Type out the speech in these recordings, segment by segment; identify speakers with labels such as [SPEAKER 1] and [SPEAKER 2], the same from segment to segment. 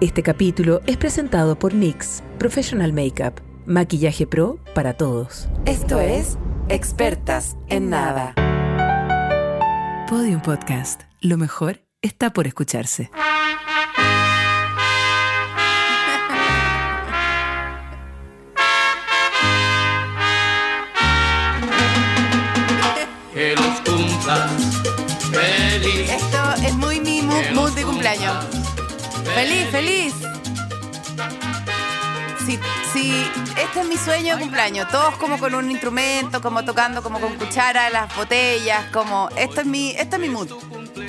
[SPEAKER 1] Este capítulo es presentado por NYX Professional Makeup, maquillaje pro para todos.
[SPEAKER 2] Esto es Expertas en Nada.
[SPEAKER 1] Podium Podcast, lo mejor está por escucharse.
[SPEAKER 3] que los cumpla feliz.
[SPEAKER 2] Esto es muy mi mood, mood de cumpleaños. ¡Feliz, feliz! Si, si este es mi sueño de cumpleaños, todos como con un instrumento, como tocando, como con cuchara, las botellas, como. Esto es mi, esto es mi mood.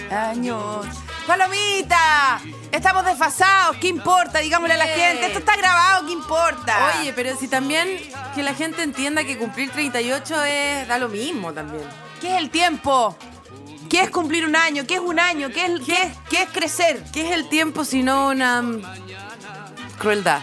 [SPEAKER 2] ¡Años! ¡Palomita! Estamos desfasados, ¿qué importa? Digámosle a la gente, esto está grabado, ¿qué importa?
[SPEAKER 4] Oye, pero si también que la gente entienda que cumplir 38 es, da lo mismo también.
[SPEAKER 2] ¿Qué es el tiempo? ¿Qué es cumplir un año? ¿Qué es un año? ¿Qué es, qué es, qué es crecer?
[SPEAKER 4] ¿Qué es el tiempo sino una mm, crueldad?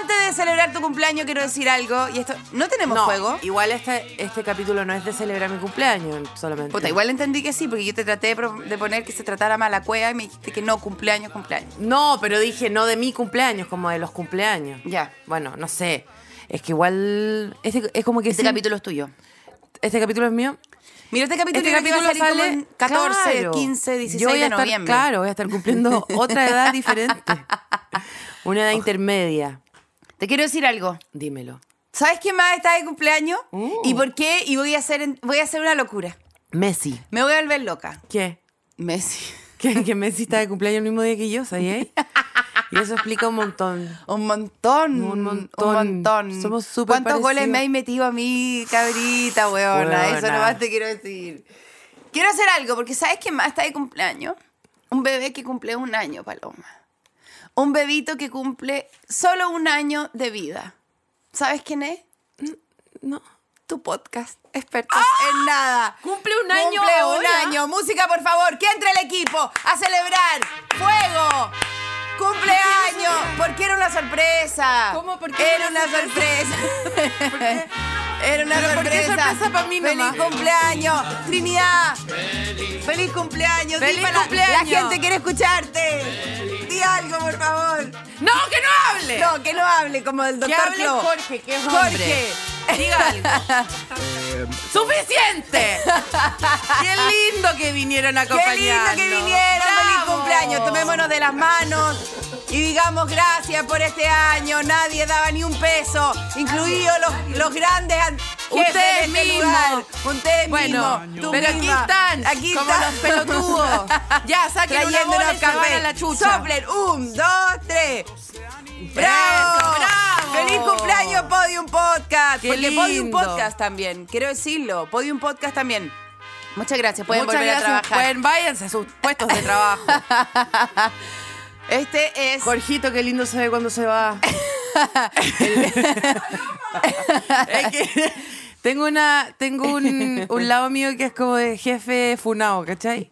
[SPEAKER 2] Antes de celebrar tu cumpleaños quiero decir algo y esto no tenemos juego.
[SPEAKER 4] igual este, este capítulo no es de celebrar mi cumpleaños solamente.
[SPEAKER 2] Puta, igual entendí que sí, porque yo te traté de pro- de poner que se tratara mala cueva y me dijiste que no, cumpleaños, cumpleaños.
[SPEAKER 4] No, pero dije no de mi cumpleaños, como de los cumpleaños.
[SPEAKER 2] Ya.
[SPEAKER 4] Bueno, no sé. Es que igual. Este, es como que.
[SPEAKER 2] Este
[SPEAKER 4] sí-
[SPEAKER 2] capítulo es tuyo.
[SPEAKER 4] ¿Este capítulo es mío?
[SPEAKER 2] Mira, este capítulo,
[SPEAKER 4] Este
[SPEAKER 2] yo creo que va a
[SPEAKER 4] capítulo
[SPEAKER 2] salir como
[SPEAKER 4] sale
[SPEAKER 2] en 14,
[SPEAKER 4] claro.
[SPEAKER 2] 15,
[SPEAKER 4] Yo
[SPEAKER 2] 16
[SPEAKER 4] voy a
[SPEAKER 2] de
[SPEAKER 4] estar,
[SPEAKER 2] noviembre.
[SPEAKER 4] Claro, voy a estar cumpliendo otra edad diferente. Una edad intermedia.
[SPEAKER 2] Te quiero decir algo.
[SPEAKER 4] Dímelo.
[SPEAKER 2] ¿Sabes quién más está de cumpleaños?
[SPEAKER 4] Uh.
[SPEAKER 2] ¿Y por qué? Y voy a hacer en- voy a hacer una locura.
[SPEAKER 4] Messi.
[SPEAKER 2] Me voy a volver loca.
[SPEAKER 4] ¿Qué?
[SPEAKER 2] Messi.
[SPEAKER 4] Que, que Messi está de cumpleaños el mismo día que yo, ¿sabías? Y eso explica un montón.
[SPEAKER 2] Un montón.
[SPEAKER 4] Un
[SPEAKER 2] Un
[SPEAKER 4] montón.
[SPEAKER 2] montón.
[SPEAKER 4] Somos súper
[SPEAKER 2] ¿Cuántos goles
[SPEAKER 4] parecidos?
[SPEAKER 2] me has metido a mí, cabrita, weona?
[SPEAKER 4] Weona.
[SPEAKER 2] Eso nomás te quiero decir. Quiero hacer algo, porque ¿sabes quién más está de cumpleaños? Un bebé que cumple un año, Paloma. Un bebito que cumple solo un año de vida. ¿Sabes quién es?
[SPEAKER 4] No.
[SPEAKER 2] Tu podcast, Expertos Pues en Nada.
[SPEAKER 4] ¡Ah! Cumple un
[SPEAKER 2] Cumple
[SPEAKER 4] año
[SPEAKER 2] un
[SPEAKER 4] ahora.
[SPEAKER 2] año. Música, por favor. Que entre el equipo a celebrar. ¡Fuego! ¡Cumpleaños! Porque era una sorpresa.
[SPEAKER 4] ¿Cómo? ¿Por qué
[SPEAKER 2] era
[SPEAKER 4] era
[SPEAKER 2] una sorpresa? Era una
[SPEAKER 4] ¿Pero por qué
[SPEAKER 2] sorpresa.
[SPEAKER 4] sorpresa pa' mí
[SPEAKER 2] ¡Feliz
[SPEAKER 4] nomás?
[SPEAKER 2] cumpleaños! ¡Trinidad! ¡Feliz cumpleaños!
[SPEAKER 4] ¡Feliz
[SPEAKER 2] Di para la-
[SPEAKER 4] cumpleaños!
[SPEAKER 2] La gente quiere escucharte. Di algo, por favor.
[SPEAKER 4] ¡No, que no hable!
[SPEAKER 2] No, que no hable como el
[SPEAKER 4] que
[SPEAKER 2] doctor
[SPEAKER 4] hable
[SPEAKER 2] Clo.
[SPEAKER 4] Jorge, que es
[SPEAKER 2] Jorge.
[SPEAKER 4] hombre. Diga algo. ¡Suficiente! ¡Qué lindo que vinieron a
[SPEAKER 2] Qué lindo
[SPEAKER 4] acompañarnos!
[SPEAKER 2] que vinieron, feliz
[SPEAKER 4] ¡Bravo!
[SPEAKER 2] cumpleaños. Tomémonos de las manos y digamos gracias por este año. Nadie daba ni un peso, incluidos los, los grandes an- jefes de
[SPEAKER 4] Ustedes
[SPEAKER 2] este
[SPEAKER 4] mismos.
[SPEAKER 2] lugar. Ustedes
[SPEAKER 4] Bueno,
[SPEAKER 2] mismos. tú
[SPEAKER 4] pero aquí
[SPEAKER 2] misma.
[SPEAKER 4] están,
[SPEAKER 2] Aquí
[SPEAKER 4] como
[SPEAKER 2] están.
[SPEAKER 4] los pelotudos. Ya, saquen una
[SPEAKER 2] Trayéndonos
[SPEAKER 4] bola y se
[SPEAKER 2] café.
[SPEAKER 4] van a la chucha.
[SPEAKER 2] Soplen, un, dos, tres. ¡Bravo!
[SPEAKER 4] Eso, bravo.
[SPEAKER 2] ¡Feliz cumpleaños, Podium Podcast!
[SPEAKER 4] Qué
[SPEAKER 2] Porque Podium
[SPEAKER 4] lindo.
[SPEAKER 2] Podcast también, quiero decirlo, Podium Podcast también. Muchas gracias, pueden
[SPEAKER 4] Muchas
[SPEAKER 2] volver a
[SPEAKER 4] gracias,
[SPEAKER 2] trabajar.
[SPEAKER 4] pueden- váyanse a sus puestos de trabajo.
[SPEAKER 2] Este es
[SPEAKER 4] Jorgito, qué lindo se ve cuando se va. Es que tengo una, tengo un, un lado mío que es como de jefe funao, ¿cachai?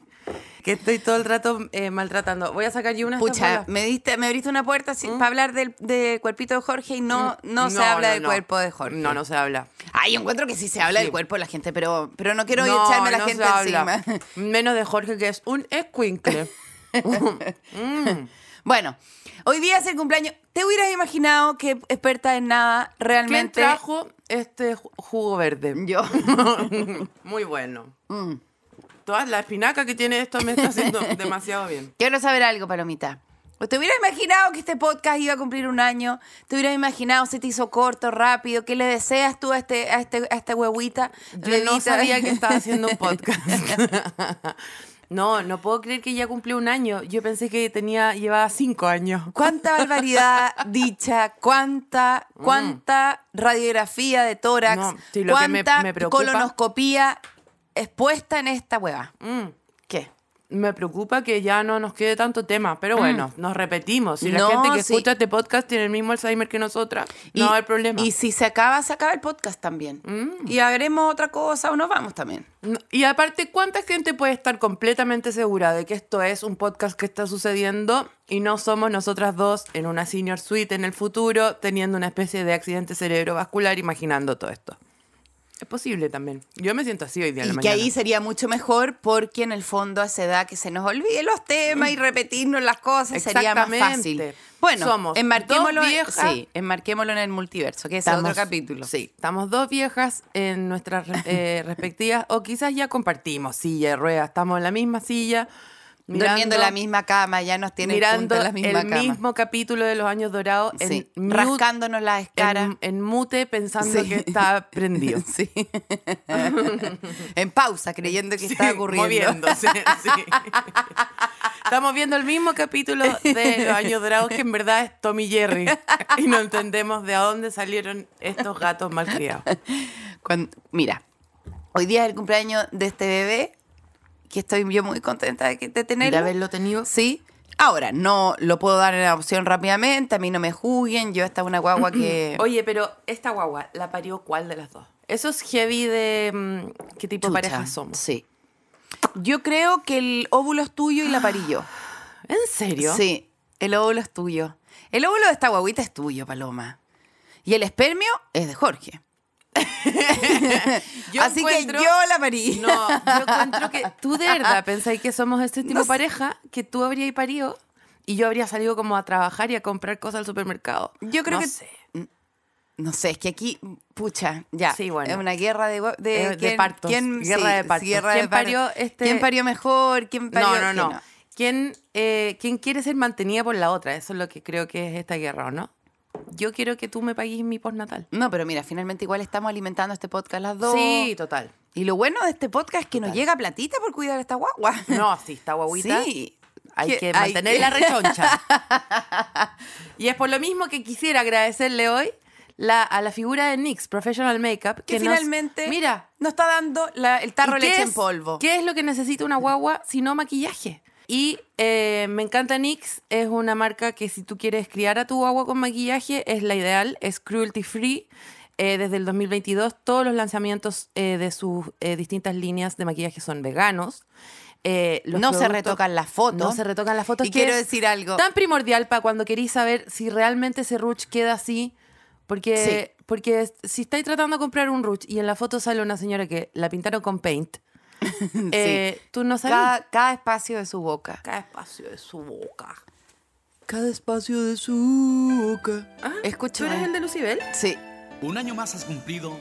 [SPEAKER 4] Que estoy todo el rato eh, maltratando. Voy a sacar yo una
[SPEAKER 2] Pucha, me diste, me abriste una puerta
[SPEAKER 4] ¿Mm?
[SPEAKER 2] para hablar del de cuerpito de Jorge y no, no, se habla del cuerpo de Jorge.
[SPEAKER 4] No, no se habla.
[SPEAKER 2] Ay, yo encuentro que sí se habla del cuerpo de la gente, pero, pero no quiero
[SPEAKER 4] No,
[SPEAKER 2] echarme a la
[SPEAKER 4] no
[SPEAKER 2] gente
[SPEAKER 4] se habla.
[SPEAKER 2] encima.
[SPEAKER 4] Menos de Jorge, que es un escuincle.
[SPEAKER 2] Bueno, hoy día es el cumpleaños. ¿Te hubieras imaginado que experta en nada
[SPEAKER 4] ¿Quién
[SPEAKER 2] realmente?
[SPEAKER 4] trajo este ju- jugo verde?
[SPEAKER 2] Yo.
[SPEAKER 4] Muy bueno.
[SPEAKER 2] Mm.
[SPEAKER 4] Toda la espinaca que tiene esto me está haciendo demasiado bien.
[SPEAKER 2] Quiero saber algo, Palomita. ¿O ¿Te hubieras imaginado que este podcast iba a cumplir un año? ¿Te hubieras imaginado se te hizo corto, rápido? ¿Qué le deseas tú a, este, a, este, a esta huevita?
[SPEAKER 4] Yo no
[SPEAKER 2] bebita?
[SPEAKER 4] sabía que estaba haciendo un podcast. No, no puedo creer que ya cumplió un año. Yo pensé que tenía, llevaba cinco años.
[SPEAKER 2] Cuánta barbaridad dicha, cuánta, cuánta radiografía de tórax,
[SPEAKER 4] Mm. No, sí, lo que me-
[SPEAKER 2] cuánta
[SPEAKER 4] me preocupa-
[SPEAKER 2] colonoscopía expuesta en esta hueva.
[SPEAKER 4] Mm.
[SPEAKER 2] ¿Qué?
[SPEAKER 4] Me preocupa que ya no nos quede tanto tema, pero bueno, nos repetimos. Si la
[SPEAKER 2] No,
[SPEAKER 4] gente que
[SPEAKER 2] sí.
[SPEAKER 4] escucha este podcast tiene el mismo Alzheimer que nosotras, no hay problema. Mm.
[SPEAKER 2] Y si se acaba, se acaba el podcast también. Y haremos otra cosa o nos vamos también.
[SPEAKER 4] No, Y aparte, ¿cuánta gente puede estar completamente segura de que esto es un podcast que está sucediendo y no somos nosotras dos en una senior suite en el futuro teniendo una especie de accidente cerebrovascular imaginando todo esto? Es posible también. Yo me siento así hoy día en la
[SPEAKER 2] Y que
[SPEAKER 4] mañana.
[SPEAKER 2] ahí sería mucho mejor porque en el fondo a esa edad que se nos olviden los temas y repetirnos las cosas sería más fácil.
[SPEAKER 4] Mm. Exactamente.
[SPEAKER 2] Bueno,
[SPEAKER 4] somos
[SPEAKER 2] enmarquémoslo,
[SPEAKER 4] dos viejas.
[SPEAKER 2] sí, enmarquémoslo en el multiverso, que ese es
[SPEAKER 4] Estamos-
[SPEAKER 2] otro capítulo.
[SPEAKER 4] Sí, estamos dos viejas en nuestras re- eh, respectivas, o quizás ya compartimos silla de ruedas, estamos en la misma silla,
[SPEAKER 2] Durmiendo en la misma cama, ya nos tienen
[SPEAKER 4] mirando
[SPEAKER 2] juntas en la misma
[SPEAKER 4] el
[SPEAKER 2] cama.
[SPEAKER 4] mismo capítulo de Los Años Dorados,
[SPEAKER 2] Sí,
[SPEAKER 4] en, mute-
[SPEAKER 2] rascándonos las caras.
[SPEAKER 4] en, en mute pensando
[SPEAKER 2] Sí.
[SPEAKER 4] que está prendido.
[SPEAKER 2] Sí. en pausa, creyendo que está
[SPEAKER 4] Sí,
[SPEAKER 2] ocurriendo.
[SPEAKER 4] moviéndose, sí. Estamos viendo el mismo capítulo de Los Años Dorados que en verdad es Tommy y Jerry y no entendemos de a dónde salieron estos gatos malcriados.
[SPEAKER 2] Cuan- mira, hoy día es el cumpleaños de este bebé, que estoy yo muy contenta de, que- de tenerlo.
[SPEAKER 4] De haberlo tenido.
[SPEAKER 2] Sí. Ahora, no lo puedo dar en adopción rápidamente, a mí no me juzguen, yo esta es una guagua que...
[SPEAKER 4] Oye, pero esta guagua, ¿la parió cuál de las dos? Eso es heavy de mm, qué tipo de
[SPEAKER 2] Chucha,
[SPEAKER 4] pareja somos.
[SPEAKER 2] Sí. Yo creo que el óvulo es tuyo y la parí yo.
[SPEAKER 4] ¿En serio?
[SPEAKER 2] Sí, el óvulo es tuyo. El óvulo de esta guaguita es tuyo, Paloma. Y el espermio es de Jorge.
[SPEAKER 4] Yo
[SPEAKER 2] Así
[SPEAKER 4] encuentro-
[SPEAKER 2] que yo la parí.
[SPEAKER 4] No, yo encuentro que tú de verdad pensáis que somos este tipo
[SPEAKER 2] No
[SPEAKER 4] de
[SPEAKER 2] sé.
[SPEAKER 4] pareja que tú habrías parido y yo habría salido como a trabajar y a comprar cosas al supermercado.
[SPEAKER 2] Yo creo
[SPEAKER 4] No
[SPEAKER 2] que-
[SPEAKER 4] sé.
[SPEAKER 2] No sé, es que aquí, pucha, ya.
[SPEAKER 4] Sí, bueno.
[SPEAKER 2] Es una guerra de, gua- de,
[SPEAKER 4] Eh, de partos, guerra de partos.
[SPEAKER 2] guerra
[SPEAKER 4] ¿Quién
[SPEAKER 2] de partos.
[SPEAKER 4] parió este-
[SPEAKER 2] ¿Quién parió mejor? ¿Quién parió
[SPEAKER 4] No, no,
[SPEAKER 2] sí,
[SPEAKER 4] no. ¿Quién, eh, ¿Quién quiere ser mantenida por la otra? Eso es lo que creo que es esta guerra, ¿o no? Yo quiero que tú me pagues mi postnatal.
[SPEAKER 2] No, pero mira, finalmente igual estamos alimentando este podcast las dos.
[SPEAKER 4] Sí, total.
[SPEAKER 2] Y lo bueno de este podcast es que nos llega platita por cuidar a esta guagua.
[SPEAKER 4] No, sí, está guaguita.
[SPEAKER 2] Sí.
[SPEAKER 4] Hay
[SPEAKER 2] Que-
[SPEAKER 4] que
[SPEAKER 2] hay
[SPEAKER 4] mantener
[SPEAKER 2] que-
[SPEAKER 4] la rechoncha. y es por lo mismo que quisiera agradecerle hoy la- a la figura de NYX, Professional Makeup,
[SPEAKER 2] Que,
[SPEAKER 4] que, nos-
[SPEAKER 2] finalmente
[SPEAKER 4] mira,
[SPEAKER 2] nos está dando la- el tarro de
[SPEAKER 4] ¿y qué
[SPEAKER 2] leche en
[SPEAKER 4] es-
[SPEAKER 2] polvo.
[SPEAKER 4] ¿Qué es lo que necesita una guagua si no maquillaje? Y eh, me encanta NYX, es una marca que si tú quieres criar a tu guagua con maquillaje es la ideal, es cruelty free. Eh, desde el 2022 todos los lanzamientos eh, de sus eh, distintas líneas de maquillaje son veganos. Eh, los
[SPEAKER 2] no se
[SPEAKER 4] productos-
[SPEAKER 2] retocan las fotos.
[SPEAKER 4] no se retocan las fotos.
[SPEAKER 2] Y
[SPEAKER 4] que
[SPEAKER 2] quiero
[SPEAKER 4] es
[SPEAKER 2] decir algo.
[SPEAKER 4] Tan primordial para cuando queréis saber si realmente ese ruch queda así. Porque, porque es- si estáis tratando de comprar un ruch y en la foto sale una señora que la pintaron con paint, eh, tú no sabes.
[SPEAKER 2] Cada, cada espacio de su boca.
[SPEAKER 4] espacio de su boca.
[SPEAKER 2] Cada espacio de su boca.
[SPEAKER 4] Ah, ¿Tú
[SPEAKER 2] Escucha.
[SPEAKER 4] eres el de Lucibel?
[SPEAKER 2] Sí.
[SPEAKER 3] Un año más has cumplido. Y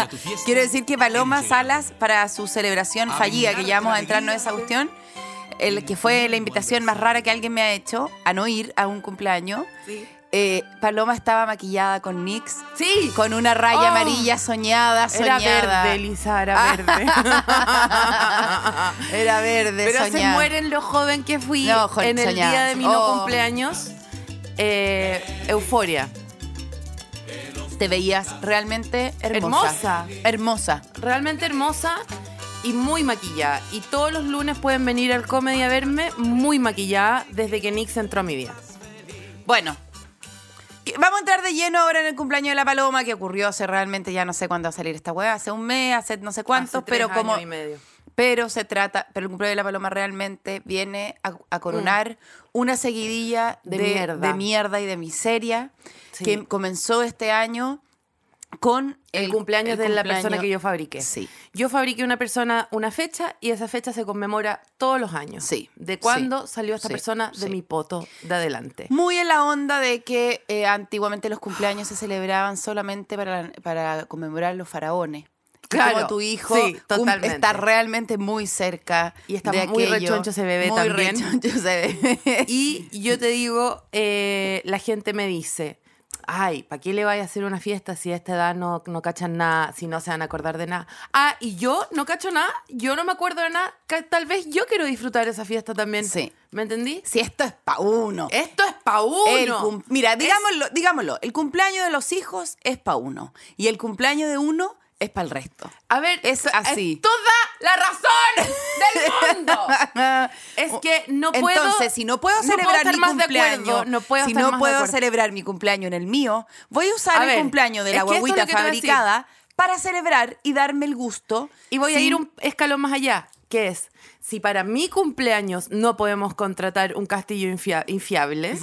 [SPEAKER 3] a tu fiesta
[SPEAKER 2] Quiero decir que Paloma
[SPEAKER 3] hemos llegado.
[SPEAKER 2] Salas, para su celebración
[SPEAKER 3] A
[SPEAKER 2] fallida,
[SPEAKER 3] brindar
[SPEAKER 2] que ya vamos a
[SPEAKER 3] la
[SPEAKER 2] entrarnos en
[SPEAKER 3] alegría
[SPEAKER 2] esa cuestión, el que fue la invitación más rara que alguien me ha hecho a no ir a un cumpleaños,
[SPEAKER 4] Sí.
[SPEAKER 2] eh, Paloma estaba maquillada con NYX,
[SPEAKER 4] Sí.
[SPEAKER 2] con una raya
[SPEAKER 4] Oh.
[SPEAKER 2] amarilla soñada,
[SPEAKER 4] Era
[SPEAKER 2] soñada. Ah.
[SPEAKER 4] verde, Lisa, era verde.
[SPEAKER 2] Era verde,
[SPEAKER 4] Pero se
[SPEAKER 2] soñada.
[SPEAKER 4] mueren lo joven que fui
[SPEAKER 2] No, jo-
[SPEAKER 4] en el
[SPEAKER 2] soñaba.
[SPEAKER 4] día de mi no
[SPEAKER 2] Oh.
[SPEAKER 4] cumpleaños. Eh, euforia.
[SPEAKER 2] Te veías realmente hermosa. Hermosa.
[SPEAKER 4] Hermosa. realmente hermosa y muy maquillada. Y todos los lunes pueden venir al comedy a verme muy maquillada desde que Nix entró a mi vida.
[SPEAKER 2] Bueno. que- Vamos a entrar de lleno ahora en el cumpleaños de la Paloma, que ocurrió hace realmente, ya no sé cuándo va a salir esta hueá, hace un mes, hace no sé cuántos,
[SPEAKER 4] Hace tres
[SPEAKER 2] pero como...
[SPEAKER 4] años y medio.
[SPEAKER 2] Pero se trata, pero el cumpleaños de la paloma realmente viene a, a coronar una seguidilla de,
[SPEAKER 4] Mm. De mierda.
[SPEAKER 2] de mierda y de miseria
[SPEAKER 4] Sí.
[SPEAKER 2] que comenzó este año con
[SPEAKER 4] El, cumpleaños
[SPEAKER 2] el
[SPEAKER 4] de la persona
[SPEAKER 2] cumpleaños-
[SPEAKER 4] que yo fabriqué.
[SPEAKER 2] Sí.
[SPEAKER 4] Yo fabriqué una persona, una fecha, y esa fecha se conmemora todos los años.
[SPEAKER 2] Sí,
[SPEAKER 4] De cuándo
[SPEAKER 2] sí,
[SPEAKER 4] salió esta
[SPEAKER 2] sí,
[SPEAKER 4] persona
[SPEAKER 2] sí.
[SPEAKER 4] de mi poto de adelante.
[SPEAKER 2] Muy en la onda de que eh, antiguamente los cumpleaños se celebraban solamente para, para conmemorar los faraones. Y
[SPEAKER 4] Claro,
[SPEAKER 2] Como tu hijo
[SPEAKER 4] sí,
[SPEAKER 2] cum-
[SPEAKER 4] totalmente.
[SPEAKER 2] está realmente muy cerca.
[SPEAKER 4] Y está
[SPEAKER 2] de
[SPEAKER 4] muy
[SPEAKER 2] aquello.
[SPEAKER 4] rechoncho ese bebé
[SPEAKER 2] Muy
[SPEAKER 4] también.
[SPEAKER 2] rechoncho ese bebé.
[SPEAKER 4] Y yo te digo, eh, la gente me dice, ay, ¿para qué le vaya a hacer una fiesta si a esta edad no, no cachan nada, si no se van a acordar de nada? Ah, y yo no cacho nada, yo no me acuerdo de nada, ca- tal vez yo quiero disfrutar esa fiesta también.
[SPEAKER 2] Sí.
[SPEAKER 4] ¿Me entendí?
[SPEAKER 2] Si esto es pa' uno.
[SPEAKER 4] Esto es pa'
[SPEAKER 2] El
[SPEAKER 4] uno.
[SPEAKER 2] cum- mira, digámoslo, digámoslo, el cumpleaños de los hijos es para uno y el cumpleaños de uno es para el resto.
[SPEAKER 4] A ver,
[SPEAKER 2] Es
[SPEAKER 4] to-
[SPEAKER 2] así.
[SPEAKER 4] toda la razón del mundo. Es que no puedo-
[SPEAKER 2] Entonces, si no puedo
[SPEAKER 4] no puedo
[SPEAKER 2] celebrar
[SPEAKER 4] estar
[SPEAKER 2] mi
[SPEAKER 4] más de
[SPEAKER 2] cumpleaños,
[SPEAKER 4] acuerdo, no puedo
[SPEAKER 2] si
[SPEAKER 4] estar
[SPEAKER 2] no
[SPEAKER 4] más de
[SPEAKER 2] puedo
[SPEAKER 4] acuerdo.
[SPEAKER 2] celebrar mi cumpleaños en el mío, voy a usar
[SPEAKER 4] A
[SPEAKER 2] el
[SPEAKER 4] ver,
[SPEAKER 2] cumpleaños de
[SPEAKER 4] es
[SPEAKER 2] la
[SPEAKER 4] que esto es
[SPEAKER 2] guaguita
[SPEAKER 4] lo que te voy a decir.
[SPEAKER 2] fabricada para celebrar y darme el gusto.
[SPEAKER 4] Y voy a
[SPEAKER 2] sin-
[SPEAKER 4] ir un escalón más allá, que es, si para mi cumpleaños no podemos contratar un castillo infia- infiable,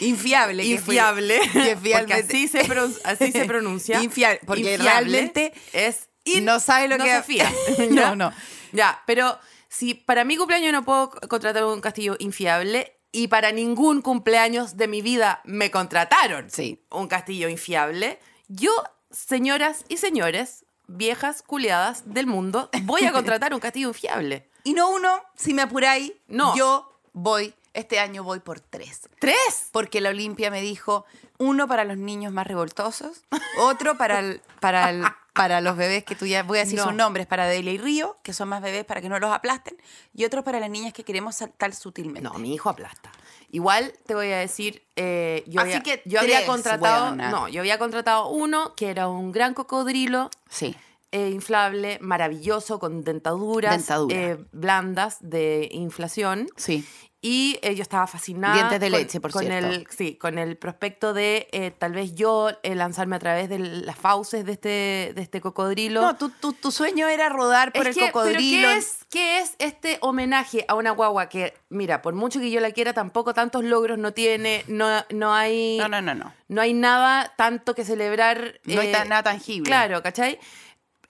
[SPEAKER 2] infiable, que fue-
[SPEAKER 4] infiable,
[SPEAKER 2] que
[SPEAKER 4] porque
[SPEAKER 2] fialmente-
[SPEAKER 4] así se, pro- así se pronuncia.
[SPEAKER 2] Infial- porque realmente
[SPEAKER 4] es
[SPEAKER 2] no sabe lo
[SPEAKER 4] no
[SPEAKER 2] que-
[SPEAKER 4] se fía,
[SPEAKER 2] No,
[SPEAKER 4] ¿ya?
[SPEAKER 2] no.
[SPEAKER 4] Ya, pero si para mi cumpleaños no puedo c- contratar un castillo infiable, y para ningún cumpleaños de mi vida me contrataron.
[SPEAKER 2] Sí.
[SPEAKER 4] Un castillo infiable. Yo, señoras y señores, viejas culiadas del mundo, voy a contratar un castillo infiable.
[SPEAKER 2] Y no uno, si me apuráis,
[SPEAKER 4] No.
[SPEAKER 2] yo voy, este año voy por tres.
[SPEAKER 4] ¡Tres!
[SPEAKER 2] Porque la Olimpia me dijo, uno para los niños más revoltosos, otro para, el- para, el- para los bebés que tú ya, voy a decir
[SPEAKER 4] No.
[SPEAKER 2] sus nombres, para Delia y Río, que son más bebés para que no los aplasten, y otro para las niñas que queremos saltar sutilmente.
[SPEAKER 4] No, mi hijo aplasta. Igual te voy a decir, eh, yo,
[SPEAKER 2] Así
[SPEAKER 4] había,
[SPEAKER 2] que
[SPEAKER 4] yo había
[SPEAKER 2] tres,
[SPEAKER 4] contratado,
[SPEAKER 2] weona.
[SPEAKER 4] no, yo había contratado uno que era un gran cocodrilo
[SPEAKER 2] Sí.
[SPEAKER 4] eh, inflable, maravilloso, con dentaduras
[SPEAKER 2] Dentadura.
[SPEAKER 4] eh, blandas de inflación.
[SPEAKER 2] Sí.
[SPEAKER 4] Y eh, yo estaba fascinada.
[SPEAKER 2] Dientes de leche, por
[SPEAKER 4] con
[SPEAKER 2] cierto.
[SPEAKER 4] El, sí, con el prospecto de eh, tal vez yo eh, lanzarme a través de las fauces de este, de este cocodrilo.
[SPEAKER 2] No, tu, tu- tu sueño era rodar por
[SPEAKER 4] Es
[SPEAKER 2] el
[SPEAKER 4] que,
[SPEAKER 2] cocodrilo.
[SPEAKER 4] Pero ¿qué es, qué es este homenaje a una guagua que, mira, por mucho que yo la quiera, tampoco tantos logros no tiene, no, no hay...
[SPEAKER 2] No, no, no, no.
[SPEAKER 4] no hay nada tanto que celebrar. eh,
[SPEAKER 2] No hay ta- nada tangible.
[SPEAKER 4] Claro, ¿cachai?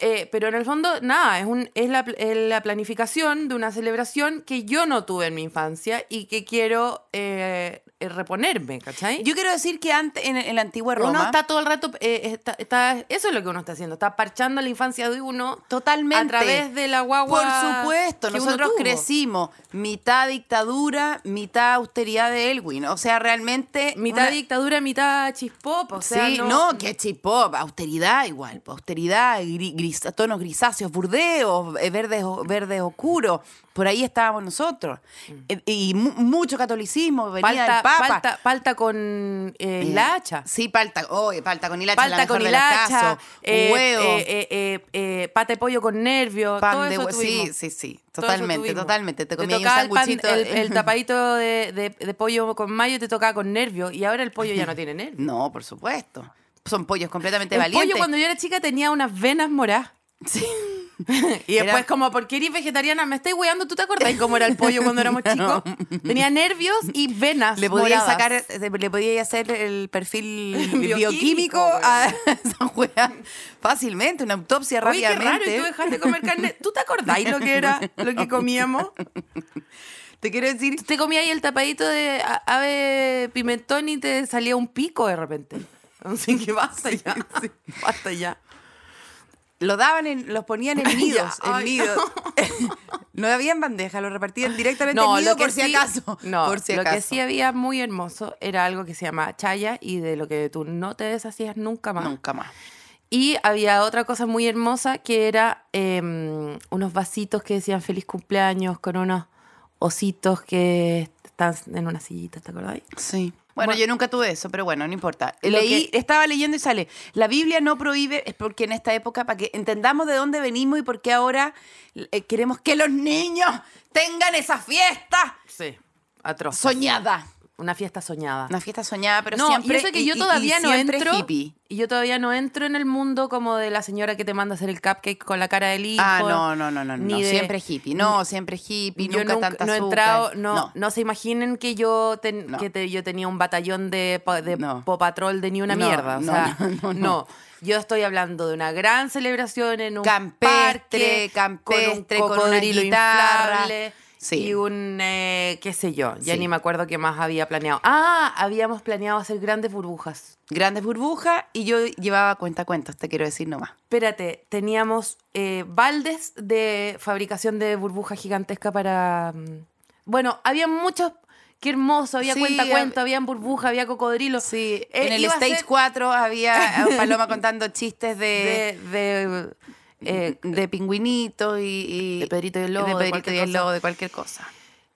[SPEAKER 4] Eh, pero en el fondo, nada, es, un, es, la, pl- es la planificación de una celebración que yo no tuve en mi infancia y que quiero eh, eh, reponerme, ¿cachai?
[SPEAKER 2] Yo quiero decir que antes, en, en la antigua Roma.
[SPEAKER 4] uno está todo el rato, eh, está, está- eso es lo que uno está haciendo, está parchando la infancia de uno
[SPEAKER 2] Totalmente.
[SPEAKER 4] a través de la guagua.
[SPEAKER 2] Por supuesto,
[SPEAKER 4] que uno
[SPEAKER 2] nosotros
[SPEAKER 4] tuvo.
[SPEAKER 2] crecimos mitad dictadura, mitad austeridad de Elwin. O sea, realmente.
[SPEAKER 4] Mitad
[SPEAKER 2] una-
[SPEAKER 4] dictadura, mitad chispop, o sea, mm.
[SPEAKER 2] sí, no, que chipop, austeridad igual, po, austeridad, gri- gris- tonos grisáceos, burdeos, eh, verdes, o- verdes oscuros, por ahí estábamos nosotros.
[SPEAKER 4] Mm.
[SPEAKER 2] Eh, Y, mu- mucho catolicismo, venía
[SPEAKER 4] Palta,
[SPEAKER 2] el Papa.
[SPEAKER 4] palta, palta con eh,
[SPEAKER 2] Eh,
[SPEAKER 4] hilacha.
[SPEAKER 2] Sí, palta, oye, palta con hilacha,
[SPEAKER 4] Palta con hilacha, eh,
[SPEAKER 2] huevo,
[SPEAKER 4] eh, eh, eh, eh, pata de pollo con nervios, todo
[SPEAKER 2] pan de
[SPEAKER 4] eso
[SPEAKER 2] huevo, sí,
[SPEAKER 4] tuvimos.
[SPEAKER 2] sí, sí,
[SPEAKER 4] Todo eso
[SPEAKER 2] totalmente,
[SPEAKER 4] tuvimos.
[SPEAKER 2] totalmente, te comía ahí un
[SPEAKER 4] tocaba el, pan-
[SPEAKER 2] sanguchito.
[SPEAKER 4] el- el tapadito de, de- de pollo con mayo y te tocaba con nervios y ahora el pollo ya no tiene nervios.
[SPEAKER 2] No, por supuesto. Son pollos completamente
[SPEAKER 4] el
[SPEAKER 2] valientes.
[SPEAKER 4] pollo cuando yo era chica tenía unas venas moradas.
[SPEAKER 2] Sí.
[SPEAKER 4] Y después
[SPEAKER 2] Era-
[SPEAKER 4] como, ¿por qué eres vegetariana? Me estoy weando, ¿tú te acordás cómo era el pollo cuando éramos chicos? Tenía nervios y venas
[SPEAKER 2] Le podía
[SPEAKER 4] moradas.
[SPEAKER 2] sacar, eh, le podía hacer el perfil
[SPEAKER 4] Bioquímico,
[SPEAKER 2] bioquímico a esa juega fácilmente, una autopsia
[SPEAKER 4] Oye, qué raro,
[SPEAKER 2] rápidamente.
[SPEAKER 4] y tú dejaste de comer carne. ¿Tú te acordáis lo que era, lo que comíamos?
[SPEAKER 2] Te quiero decir,
[SPEAKER 4] Te comía ahí el tapadito de a- ave pimentón y te salía un pico de repente. Así que basta ya. Basta ya.
[SPEAKER 2] lo daban en, los ponían en nidos,
[SPEAKER 4] Ya,
[SPEAKER 2] en
[SPEAKER 4] ay.
[SPEAKER 2] nidos. No habían bandeja, lo repartían directamente
[SPEAKER 4] No,
[SPEAKER 2] en nido
[SPEAKER 4] lo que
[SPEAKER 2] por si
[SPEAKER 4] sí-
[SPEAKER 2] acaso.
[SPEAKER 4] No,
[SPEAKER 2] por si
[SPEAKER 4] lo
[SPEAKER 2] acaso.
[SPEAKER 4] que sí había muy hermoso era algo que se llama chaya y de lo que tú no te deshacías nunca más.
[SPEAKER 2] Nunca más.
[SPEAKER 4] Y había otra cosa muy hermosa que era eh, unos vasitos que decían feliz cumpleaños con unos ositos que están en una sillita, ¿te acordáis?
[SPEAKER 2] Sí. Bueno,
[SPEAKER 4] Bueno.
[SPEAKER 2] yo nunca tuve eso, pero bueno, no importa.
[SPEAKER 4] Lo
[SPEAKER 2] Leí, estaba leyendo y sale, la Biblia no prohíbe, es porque en esta época, para que entendamos de dónde venimos y por qué ahora eh, queremos que los niños tengan esa fiesta
[SPEAKER 4] Sí, atroz.
[SPEAKER 2] soñada.
[SPEAKER 4] una fiesta soñada.
[SPEAKER 2] Una fiesta soñada, pero
[SPEAKER 4] no,
[SPEAKER 2] siempre...
[SPEAKER 4] y eso que
[SPEAKER 2] y-
[SPEAKER 4] yo
[SPEAKER 2] y- y
[SPEAKER 4] todavía no
[SPEAKER 2] siempre
[SPEAKER 4] entro.
[SPEAKER 2] hippie.
[SPEAKER 4] Y yo todavía no entro en el mundo como de la señora que te manda hacer el cupcake con la cara del hijo.
[SPEAKER 2] Ah, no, no, no, no, no,
[SPEAKER 4] ni de-
[SPEAKER 2] siempre hippie. No, siempre hippie,
[SPEAKER 4] Yo
[SPEAKER 2] nunca, tanta
[SPEAKER 4] no he
[SPEAKER 2] azúcar.
[SPEAKER 4] entrado, no, no.
[SPEAKER 2] No.
[SPEAKER 4] se imaginen que yo ten-
[SPEAKER 2] No.
[SPEAKER 4] que te- yo tenía un batallón de, po- de
[SPEAKER 2] No.
[SPEAKER 4] Paw Patrol de ni una
[SPEAKER 2] No,
[SPEAKER 4] mierda. O
[SPEAKER 2] no,
[SPEAKER 4] sea,
[SPEAKER 2] no,
[SPEAKER 4] no,
[SPEAKER 2] no, no.
[SPEAKER 4] Yo estoy hablando de una gran celebración en un
[SPEAKER 2] Campestre,
[SPEAKER 4] parque,
[SPEAKER 2] campestre,
[SPEAKER 4] con un
[SPEAKER 2] con una
[SPEAKER 4] cocodrilo
[SPEAKER 2] guitarra.
[SPEAKER 4] inflable
[SPEAKER 2] Sí.
[SPEAKER 4] y un eh, qué sé yo. Ya
[SPEAKER 2] Sí.
[SPEAKER 4] ni me acuerdo qué más había planeado. Ah, habíamos planeado hacer grandes burbujas.
[SPEAKER 2] Grandes burbujas y yo llevaba cuentacuentos, te quiero decir nomás.
[SPEAKER 4] Espérate, teníamos eh, baldes de fabricación de burbuja gigantesca para. mm, Bueno, había muchos. Qué hermoso, había
[SPEAKER 2] Sí,
[SPEAKER 4] cuenta cuenta,
[SPEAKER 2] hab-
[SPEAKER 4] había burbuja, había cocodrilo.
[SPEAKER 2] Sí,
[SPEAKER 4] Eh,
[SPEAKER 2] en el
[SPEAKER 4] iba a
[SPEAKER 2] Stage
[SPEAKER 4] ser
[SPEAKER 2] 4 había eh, Paloma contando chistes de,
[SPEAKER 4] De, de, eh,
[SPEAKER 2] de, pingüinitos y, y-
[SPEAKER 4] De Pedrito y el Lobo,
[SPEAKER 2] de
[SPEAKER 4] de
[SPEAKER 2] Pedrito
[SPEAKER 4] cualquier
[SPEAKER 2] y el
[SPEAKER 4] cosa.
[SPEAKER 2] Lobo, de cualquier cosa.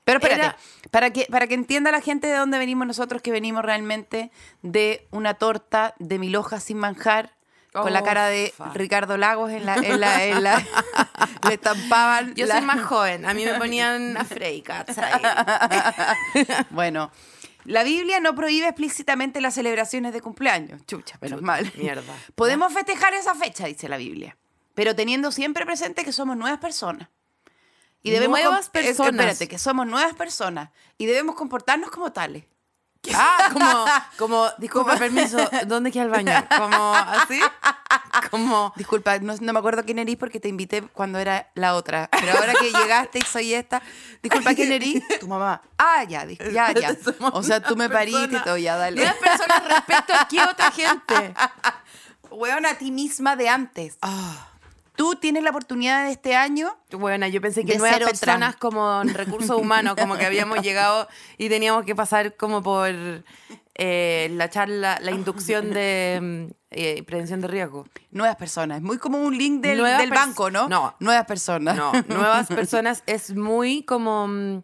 [SPEAKER 2] Pero espérate,
[SPEAKER 4] Era-
[SPEAKER 2] para, que, para que entienda la gente de dónde venimos nosotros, que venimos realmente de una torta de mil hojas sin manjar, con la
[SPEAKER 4] Oh,
[SPEAKER 2] cara de
[SPEAKER 4] fuck.
[SPEAKER 2] Ricardo Lagos en la... En la, en la- le estampaban...
[SPEAKER 4] yo
[SPEAKER 2] la-
[SPEAKER 4] soy más joven, a mí me ponían a Frey, ¿cachai?
[SPEAKER 2] Bueno, la Biblia no prohíbe explícitamente las celebraciones de cumpleaños. Chucha, menos
[SPEAKER 4] Chuta,
[SPEAKER 2] mal.
[SPEAKER 4] mierda.
[SPEAKER 2] Podemos festejar esa fecha, dice la Biblia, pero teniendo siempre presente que somos nuevas personas. Y debemos com-
[SPEAKER 4] Nuevas
[SPEAKER 2] eh, eh,
[SPEAKER 4] personas.
[SPEAKER 2] Espérate, que somos nuevas personas y debemos comportarnos como tales.
[SPEAKER 4] Ah, como, como, disculpa, permiso, ¿dónde queda el baño? Como así, Como,
[SPEAKER 2] Disculpa, no, no me acuerdo quién erís porque te invité cuando era la otra. Pero ahora que llegaste y soy esta, disculpa, ¿quién erís? Tu mamá. Ah, ya, dis- ya, ya.
[SPEAKER 4] Somos
[SPEAKER 2] O sea, tú me
[SPEAKER 4] una
[SPEAKER 2] pariste y
[SPEAKER 4] persona-
[SPEAKER 2] todo, ya, dale.
[SPEAKER 4] Unas personas respecto a qué otra gente.
[SPEAKER 2] Weón, a ti misma de antes. Ah. Tú tienes la oportunidad de este año.
[SPEAKER 4] Bueno, yo pensé que
[SPEAKER 2] De
[SPEAKER 4] nuevas
[SPEAKER 2] cero
[SPEAKER 4] personas
[SPEAKER 2] trans.
[SPEAKER 4] como en recursos humanos, como que habíamos llegado y teníamos que pasar como por eh, la charla, la inducción de mm, eh, prevención de riesgo.
[SPEAKER 2] Nuevas personas. Es muy como un link del,
[SPEAKER 4] Nuevas
[SPEAKER 2] del
[SPEAKER 4] pers-
[SPEAKER 2] banco, ¿no?
[SPEAKER 4] No.
[SPEAKER 2] Nuevas personas.
[SPEAKER 4] No, nuevas personas es muy como... mm,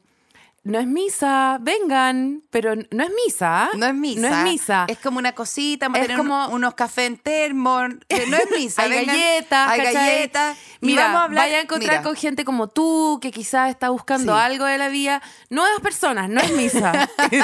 [SPEAKER 4] No es misa, vengan, pero n- no es misa.
[SPEAKER 2] No es misa.
[SPEAKER 4] No es misa.
[SPEAKER 2] Es como una cosita, vamos a
[SPEAKER 4] Es
[SPEAKER 2] tener
[SPEAKER 4] como-
[SPEAKER 2] un- unos cafés en termo. que No es misa.
[SPEAKER 4] hay
[SPEAKER 2] vengan,
[SPEAKER 4] galletas,
[SPEAKER 2] Hay
[SPEAKER 4] ¿cachai?
[SPEAKER 2] galletas. Y
[SPEAKER 4] Mira,
[SPEAKER 2] vamos a hablar.
[SPEAKER 4] vaya a encontrar
[SPEAKER 2] mira,
[SPEAKER 4] con gente como tú, que quizás está buscando
[SPEAKER 2] Sí.
[SPEAKER 4] algo de la vida. Nuevas personas, no es misa. Y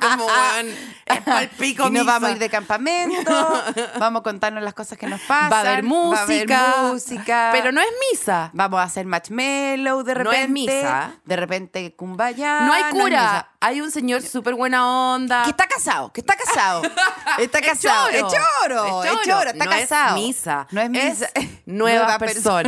[SPEAKER 4] como, weón, es pal pico
[SPEAKER 2] y nos
[SPEAKER 4] misa.
[SPEAKER 2] vamos a ir de campamento, vamos a contarnos las cosas que nos pasan.
[SPEAKER 4] Va a haber música.
[SPEAKER 2] música.
[SPEAKER 4] Pero no es misa.
[SPEAKER 2] Vamos a hacer marshmallow de
[SPEAKER 4] No
[SPEAKER 2] repente.
[SPEAKER 4] es misa.
[SPEAKER 2] De repente cumbaya.
[SPEAKER 4] no hay
[SPEAKER 2] es
[SPEAKER 4] cura.
[SPEAKER 2] misa.
[SPEAKER 4] hay un señor súper buena onda.
[SPEAKER 2] que está casado, que está casado. Está casado.
[SPEAKER 4] Es
[SPEAKER 2] Es
[SPEAKER 4] choro.
[SPEAKER 2] choro.
[SPEAKER 4] Es
[SPEAKER 2] Es
[SPEAKER 4] choro.
[SPEAKER 2] choro. Está
[SPEAKER 4] No es
[SPEAKER 2] casado.
[SPEAKER 4] misa.
[SPEAKER 2] No es misa.
[SPEAKER 4] Es nuevas
[SPEAKER 2] Nueva
[SPEAKER 4] personas.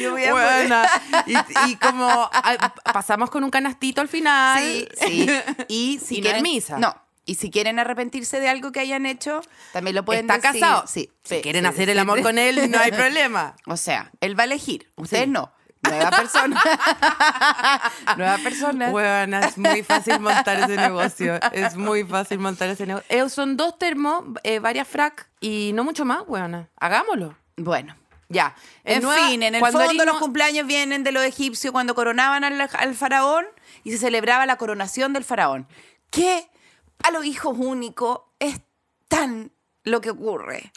[SPEAKER 2] Yo voy a poner-
[SPEAKER 4] Buena. Y, y como ah, pasamos con un canastito al final.
[SPEAKER 2] Sí, sí. Y si
[SPEAKER 4] Y no
[SPEAKER 2] quieren
[SPEAKER 4] es misa.
[SPEAKER 2] No. Y si quieren arrepentirse de algo que hayan hecho, también lo pueden
[SPEAKER 4] Está
[SPEAKER 2] decir.
[SPEAKER 4] casado.
[SPEAKER 2] Sí.
[SPEAKER 4] si
[SPEAKER 2] sí,
[SPEAKER 4] quieren
[SPEAKER 2] sí,
[SPEAKER 4] hacer
[SPEAKER 2] sí.
[SPEAKER 4] el amor con él, no hay problema.
[SPEAKER 2] O sea, él va a elegir. Ustedes
[SPEAKER 4] Sí.
[SPEAKER 2] no. Nueva persona. Nueva persona.
[SPEAKER 4] Bueno, es muy fácil montar ese negocio. Es muy fácil montar ese negocio. Eh, son dos termos, eh, varias frac y no mucho más, bueno. Hagámoslo.
[SPEAKER 2] Bueno.
[SPEAKER 4] Ya.
[SPEAKER 2] En
[SPEAKER 4] nueva-
[SPEAKER 2] fin, en el
[SPEAKER 4] cuando
[SPEAKER 2] fondo
[SPEAKER 4] eres
[SPEAKER 2] los
[SPEAKER 4] no-
[SPEAKER 2] cumpleaños vienen de los egipcios cuando coronaban al, al faraón y se celebraba la coronación del faraón. Que a los hijos únicos es tan lo que ocurre.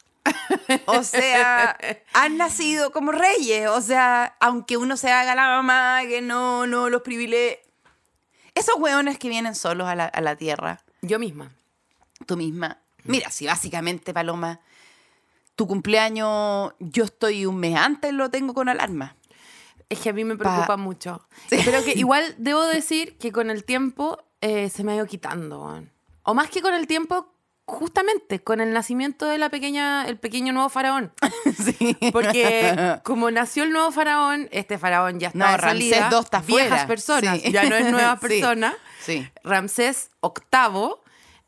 [SPEAKER 2] O sea, han nacido como reyes. O sea, aunque uno se haga la mamá, que no, no, los privilegios. Esos hueones que vienen solos a la, a la tierra,
[SPEAKER 4] Yo misma.
[SPEAKER 2] tú misma.
[SPEAKER 4] Mm.
[SPEAKER 2] Mira, si básicamente, Paloma, tu cumpleaños, yo estoy un mes antes, lo tengo con alarma.
[SPEAKER 4] Es que a mí me
[SPEAKER 2] Pa-
[SPEAKER 4] preocupa mucho.
[SPEAKER 2] Sí.
[SPEAKER 4] Pero que igual debo decir que con el tiempo eh, se me ha ido quitando. weón. O más que con el tiempo, justamente con el nacimiento de la pequeña, el pequeño nuevo faraón.
[SPEAKER 2] Sí.
[SPEAKER 4] Porque como nació el nuevo faraón, este faraón ya está
[SPEAKER 2] No,
[SPEAKER 4] de salida.
[SPEAKER 2] Ramsés II está
[SPEAKER 4] Viejas
[SPEAKER 2] fuera.
[SPEAKER 4] personas,
[SPEAKER 2] Sí.
[SPEAKER 4] ya no es nueva
[SPEAKER 2] Sí.
[SPEAKER 4] persona.
[SPEAKER 2] Sí.
[SPEAKER 4] Ramsés VIII.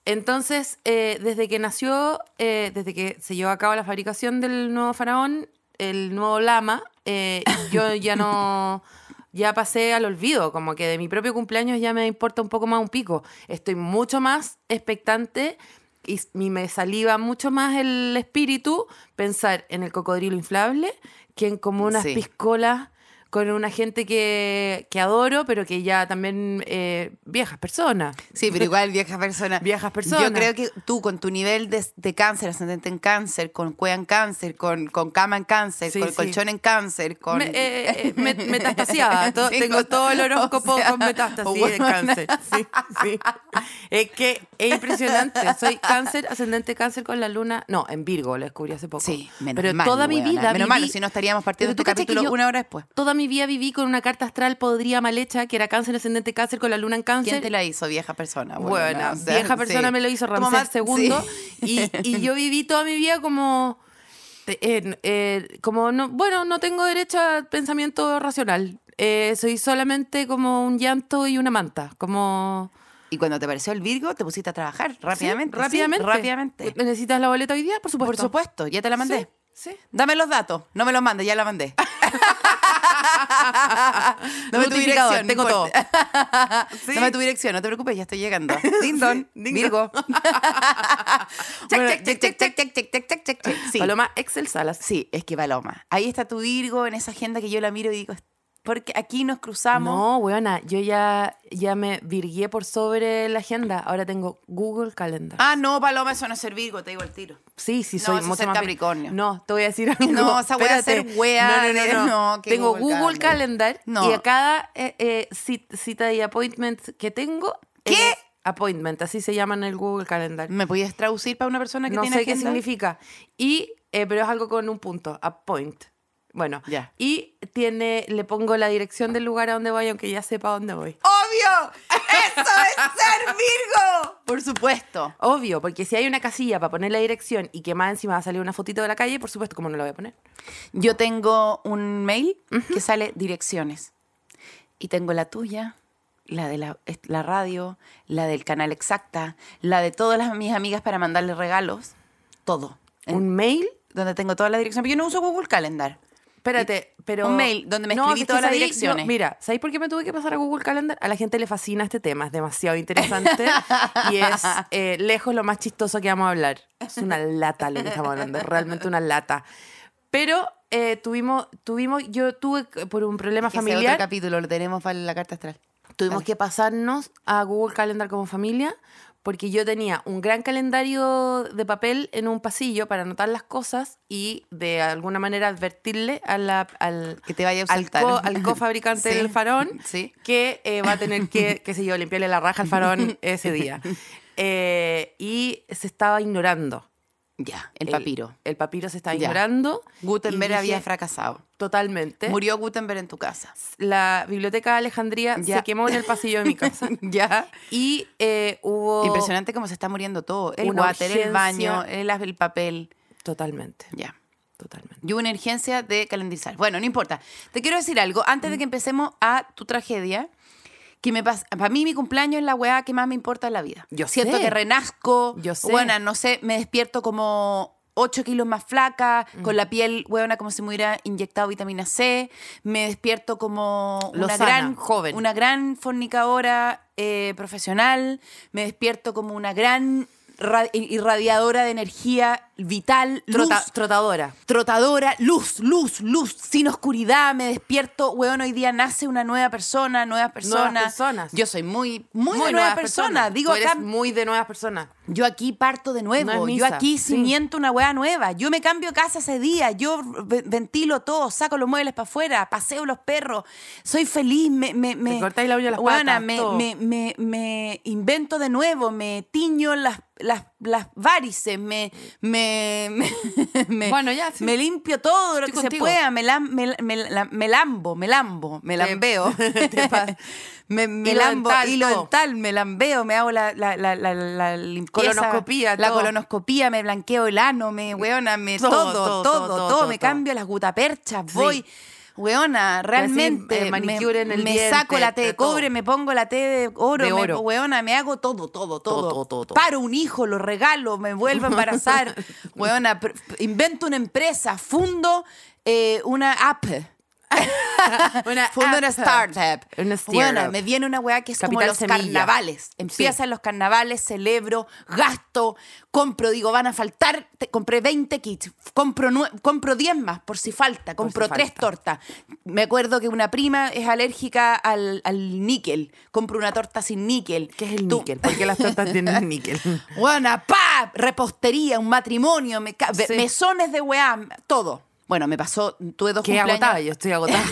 [SPEAKER 4] Entonces, eh, desde que nació, eh, desde que se llevó a cabo la fabricación del nuevo faraón, el nuevo lama, eh, yo ya no... Ya pasé al olvido, como que de mi propio cumpleaños ya me importa un poco más un pico. Estoy mucho más expectante y s- y me saliva mucho más el espíritu pensar en el cocodrilo inflable que en como unas
[SPEAKER 2] Sí.
[SPEAKER 4] piscolas con una gente que, que adoro, pero que ya también eh, viejas personas.
[SPEAKER 2] Sí, pero igual viejas personas.
[SPEAKER 4] Viejas personas.
[SPEAKER 2] Yo creo que tú, con tu nivel de, de cáncer, ascendente en cáncer, con cueva en cáncer, con, con cama en cáncer,
[SPEAKER 4] Sí,
[SPEAKER 2] con
[SPEAKER 4] sí.
[SPEAKER 2] colchón en cáncer, con.
[SPEAKER 4] Me- eh, eh, met- metastasiada. to-
[SPEAKER 2] Sí,
[SPEAKER 4] tengo
[SPEAKER 2] con-
[SPEAKER 4] todo el horóscopo
[SPEAKER 2] o sea,
[SPEAKER 4] con metástasis de
[SPEAKER 2] bueno.
[SPEAKER 4] cáncer. Sí, sí. Es que es impresionante. Soy cáncer, ascendente cáncer con la luna. No, en Virgo, lo descubrí hace poco.
[SPEAKER 2] Sí, menos
[SPEAKER 4] Pero
[SPEAKER 2] mal,
[SPEAKER 4] toda mi
[SPEAKER 2] weona,
[SPEAKER 4] vida.
[SPEAKER 2] menos
[SPEAKER 4] viví-
[SPEAKER 2] mal, si no estaríamos partiendo
[SPEAKER 4] Pero tú
[SPEAKER 2] este
[SPEAKER 4] cachai que
[SPEAKER 2] capítulo
[SPEAKER 4] yo
[SPEAKER 2] una hora después.
[SPEAKER 4] Toda mi vida viví con una carta astral podría mal hecha, que era cáncer, ascendente cáncer con la luna en cáncer.
[SPEAKER 2] ¿Quién te la hizo, vieja persona?
[SPEAKER 4] Ah, Bueno,
[SPEAKER 2] Buena, o sea,
[SPEAKER 4] vieja persona
[SPEAKER 2] sí.
[SPEAKER 4] me lo hizo
[SPEAKER 2] Tu mamá-
[SPEAKER 4] Ramsés II y, y yo viví toda mi vida como te- en- eh, como no bueno no tengo derecho a pensamiento racional Eh, soy solamente como un llanto y una manta como
[SPEAKER 2] Y cuando te pareció el Virgo, te pusiste a trabajar rápidamente.
[SPEAKER 4] Sí,
[SPEAKER 2] sí,
[SPEAKER 4] rápidamente
[SPEAKER 2] rápidamente.
[SPEAKER 4] necesitas la boleta hoy día por supuesto
[SPEAKER 2] Por supuesto, ya te la mandé.
[SPEAKER 4] Sí, sí.
[SPEAKER 2] Dame los datos. No me los mandes, ya la mandé. Dame tu
[SPEAKER 4] Notificador,
[SPEAKER 2] dirección.
[SPEAKER 4] tengo
[SPEAKER 2] no
[SPEAKER 4] todo.
[SPEAKER 2] importa. Dame tu dirección, no te preocupes, ya estoy llegando. Ding dong,
[SPEAKER 4] ding
[SPEAKER 2] Virgo.
[SPEAKER 4] Bueno,
[SPEAKER 2] Check, check, check, check, check, check, check, check, check, check. Sí.
[SPEAKER 4] Paloma Excel Salas
[SPEAKER 2] Sí, es que Paloma. Ahí está tu Virgo en esa agenda que yo la miro y digo, porque aquí nos cruzamos.
[SPEAKER 4] no weona yo ya ya me virgué por sobre la agenda ahora tengo Google Calendar
[SPEAKER 2] Ah, no, Paloma, eso no es ser Virgo, te digo el tiro.
[SPEAKER 4] Sí, sí,
[SPEAKER 2] No,
[SPEAKER 4] soy
[SPEAKER 2] eso es
[SPEAKER 4] mucho
[SPEAKER 2] ser
[SPEAKER 4] más
[SPEAKER 2] Capricornio.
[SPEAKER 4] No, te voy a decir algo.
[SPEAKER 2] No, esa wea es ser
[SPEAKER 4] Espérate.
[SPEAKER 2] wea
[SPEAKER 4] No, no,
[SPEAKER 2] de-
[SPEAKER 4] no. no.
[SPEAKER 2] no, que
[SPEAKER 4] tengo Google,
[SPEAKER 2] Google
[SPEAKER 4] Calendar,
[SPEAKER 2] Calendar. No.
[SPEAKER 4] y a cada eh, eh, cit- cita y appointment que tengo.
[SPEAKER 2] ¿Qué?
[SPEAKER 4] es Appointment, así se llama en el Google Calendar.
[SPEAKER 2] ¿Me podías traducir para una persona que
[SPEAKER 4] No sé
[SPEAKER 2] tiene
[SPEAKER 4] qué
[SPEAKER 2] agenda?
[SPEAKER 4] significa. Y, eh, pero es algo con un punto, appoint. Bueno,
[SPEAKER 2] Ya.
[SPEAKER 4] y tiene, le pongo la dirección del lugar a donde voy, aunque ya sepa a dónde voy.
[SPEAKER 2] ¡Obvio! ¡Eso es ser Virgo! Por supuesto.
[SPEAKER 4] Obvio, porque si hay una casilla para poner la dirección y que más encima va a salir una fotito de la calle, por supuesto, ¿cómo no la voy a poner?
[SPEAKER 2] Yo tengo un mail que sale direcciones. Y tengo la tuya, la de la, est- la radio, la del canal exacta, la de todas las, mis amigas para mandarles regalos. Todo. En-
[SPEAKER 4] ¿Un mail?
[SPEAKER 2] donde tengo toda la dirección. Pero yo no uso Google Calendar.
[SPEAKER 4] Espérate, pero...
[SPEAKER 2] un mail donde me
[SPEAKER 4] No,
[SPEAKER 2] escribí
[SPEAKER 4] si es que
[SPEAKER 2] todas las
[SPEAKER 4] sabí-
[SPEAKER 2] direcciones.
[SPEAKER 4] no, mira, ¿sabéis por qué me tuve que pasar a Google Calendar? A la gente le fascina este tema, es demasiado interesante y es eh, lejos lo más chistoso que vamos a hablar. Es una lata lo que estamos hablando, es realmente una lata. Pero eh, tuvimos, tuvimos, yo tuve eh, por un problema
[SPEAKER 2] Ese otro
[SPEAKER 4] familiar,
[SPEAKER 2] capítulo lo tenemos para la carta astral.
[SPEAKER 4] tuvimos
[SPEAKER 2] Dale.
[SPEAKER 4] que pasarnos a Google Calendar como familia porque yo tenía un gran calendario de papel en un pasillo para anotar las cosas y de alguna manera advertirle a la, al,
[SPEAKER 2] Que te vaya a
[SPEAKER 4] al,
[SPEAKER 2] saltar.
[SPEAKER 4] co- al cofabricante
[SPEAKER 2] Sí,
[SPEAKER 4] del farón
[SPEAKER 2] Sí.
[SPEAKER 4] que eh, va a tener que, qué sé yo, limpiarle la raja al farón ese día. Eh, y se estaba ignorando.
[SPEAKER 2] Ya, el, papiro.
[SPEAKER 4] El papiro se estaba
[SPEAKER 2] Ya.
[SPEAKER 4] ignorando.
[SPEAKER 2] Gutenberg
[SPEAKER 4] Y dije,
[SPEAKER 2] había fracasado.
[SPEAKER 4] Totalmente.
[SPEAKER 2] Murió Gutenberg en tu casa.
[SPEAKER 4] La biblioteca de Alejandría
[SPEAKER 2] Ya.
[SPEAKER 4] se quemó en el pasillo de mi casa.
[SPEAKER 2] ya.
[SPEAKER 4] Y eh, hubo...
[SPEAKER 2] Impresionante cómo se está muriendo todo. El
[SPEAKER 4] Una
[SPEAKER 2] water,
[SPEAKER 4] urgencia.
[SPEAKER 2] el baño, el, el papel.
[SPEAKER 4] Totalmente,
[SPEAKER 2] Ya.
[SPEAKER 4] totalmente.
[SPEAKER 2] Y una urgencia de calendizar. Bueno, no importa. Te quiero decir algo. Antes
[SPEAKER 4] Mm.
[SPEAKER 2] de que empecemos a tu tragedia, que me pasa. Para mí, mi cumpleaños es la weá que más me importa en la vida.
[SPEAKER 4] Yo
[SPEAKER 2] Siento
[SPEAKER 4] sé.
[SPEAKER 2] que renazco.
[SPEAKER 4] Yo sé.
[SPEAKER 2] Bueno, no sé, me despierto como 8 kilos más flaca,
[SPEAKER 4] Mm.
[SPEAKER 2] con la piel huevona como si me hubiera inyectado vitamina C. Me despierto como una
[SPEAKER 4] Lozana,
[SPEAKER 2] gran
[SPEAKER 4] joven.
[SPEAKER 2] Una gran fornicadora eh, profesional. Me despierto como una gran ra- irradiadora de energía vital, luz
[SPEAKER 4] Trota- trotadora.
[SPEAKER 2] trotadora, luz, luz, luz, sin oscuridad, me despierto, weón, hoy día nace una nueva persona, nuevas personas.
[SPEAKER 4] personas.
[SPEAKER 2] Yo soy muy, muy, de nueva persona. Digo,
[SPEAKER 4] Tú eres
[SPEAKER 2] acá,
[SPEAKER 4] muy de nuevas personas.
[SPEAKER 2] yo aquí parto de
[SPEAKER 4] No
[SPEAKER 2] nuevo,
[SPEAKER 4] es
[SPEAKER 2] yo
[SPEAKER 4] misa,
[SPEAKER 2] aquí
[SPEAKER 4] sí.
[SPEAKER 2] cimiento una weá nueva, yo me cambio de casa ese día, yo ve- ventilo todo, saco los muebles para afuera, paseo los perros, soy feliz, me... me, me
[SPEAKER 4] cortáis la uña de las
[SPEAKER 2] Weona,
[SPEAKER 4] patas,
[SPEAKER 2] me,
[SPEAKER 4] todo.
[SPEAKER 2] me- me- me invento de nuevo, me tiño las, las, las varices, me... me, me- me-
[SPEAKER 4] Bueno, ya, sí.
[SPEAKER 2] Me limpio todo lo que
[SPEAKER 4] Estoy contigo.
[SPEAKER 2] se pueda, me, lam- me, la- me la- me lambo, me lambo, me lambeo.
[SPEAKER 4] te pas-
[SPEAKER 2] me me
[SPEAKER 4] Hilo
[SPEAKER 2] lambo,
[SPEAKER 4] dental,
[SPEAKER 2] hilo
[SPEAKER 4] todo.
[SPEAKER 2] dental, me lambeo, me hago la, la, la, la, la limpieza,
[SPEAKER 4] Colonoscopía,
[SPEAKER 2] la
[SPEAKER 4] todo. Eh,
[SPEAKER 2] colonoscopía, me blanqueo el ano, me, weona, me
[SPEAKER 4] Todo,
[SPEAKER 2] todo,
[SPEAKER 4] todo,
[SPEAKER 2] todo, todo,
[SPEAKER 4] todo,
[SPEAKER 2] me
[SPEAKER 4] todo.
[SPEAKER 2] cambio las gutaperchas,
[SPEAKER 4] Sí.
[SPEAKER 2] voy... Weona, realmente
[SPEAKER 4] el manicure
[SPEAKER 2] me,
[SPEAKER 4] en el
[SPEAKER 2] me
[SPEAKER 4] diente,
[SPEAKER 2] saco la T de
[SPEAKER 4] de todo.
[SPEAKER 2] cobre, me pongo la T de oro,
[SPEAKER 4] De
[SPEAKER 2] me-
[SPEAKER 4] oro.
[SPEAKER 2] weona, me hago todo, todo, todo.
[SPEAKER 4] todo, todo, todo.
[SPEAKER 2] Paro un hijo, lo regalo, me vuelvo a embarazar, weona, pr- pr- invento una empresa, fundo eh, una app,
[SPEAKER 4] Una
[SPEAKER 2] fundo una
[SPEAKER 4] app.
[SPEAKER 2] startup.
[SPEAKER 4] Una
[SPEAKER 2] Weona,
[SPEAKER 4] startup.
[SPEAKER 2] me viene una weá que es como
[SPEAKER 4] Capital
[SPEAKER 2] los
[SPEAKER 4] semilla.
[SPEAKER 2] carnavales. Empiezan los carnavales, celebro, gasto, compro, digo, van a faltar, te- compré 20 kits, compro, nue- compro 10 más por si falta,
[SPEAKER 4] Por si
[SPEAKER 2] compro tres
[SPEAKER 4] falta.
[SPEAKER 2] tortas. Me acuerdo que una prima es alérgica al, al níquel, compro una torta sin níquel.
[SPEAKER 4] ¿Qué es el
[SPEAKER 2] Tú-
[SPEAKER 4] níquel? Porque las tortas tienen níquel.
[SPEAKER 2] Buena, pa, repostería, un matrimonio, me ca-
[SPEAKER 4] Sí.
[SPEAKER 2] mesones de weá, todo. Bueno, me pasó, tuve dos
[SPEAKER 4] Qué
[SPEAKER 2] cumpleaños.
[SPEAKER 4] agotada, yo estoy agotada.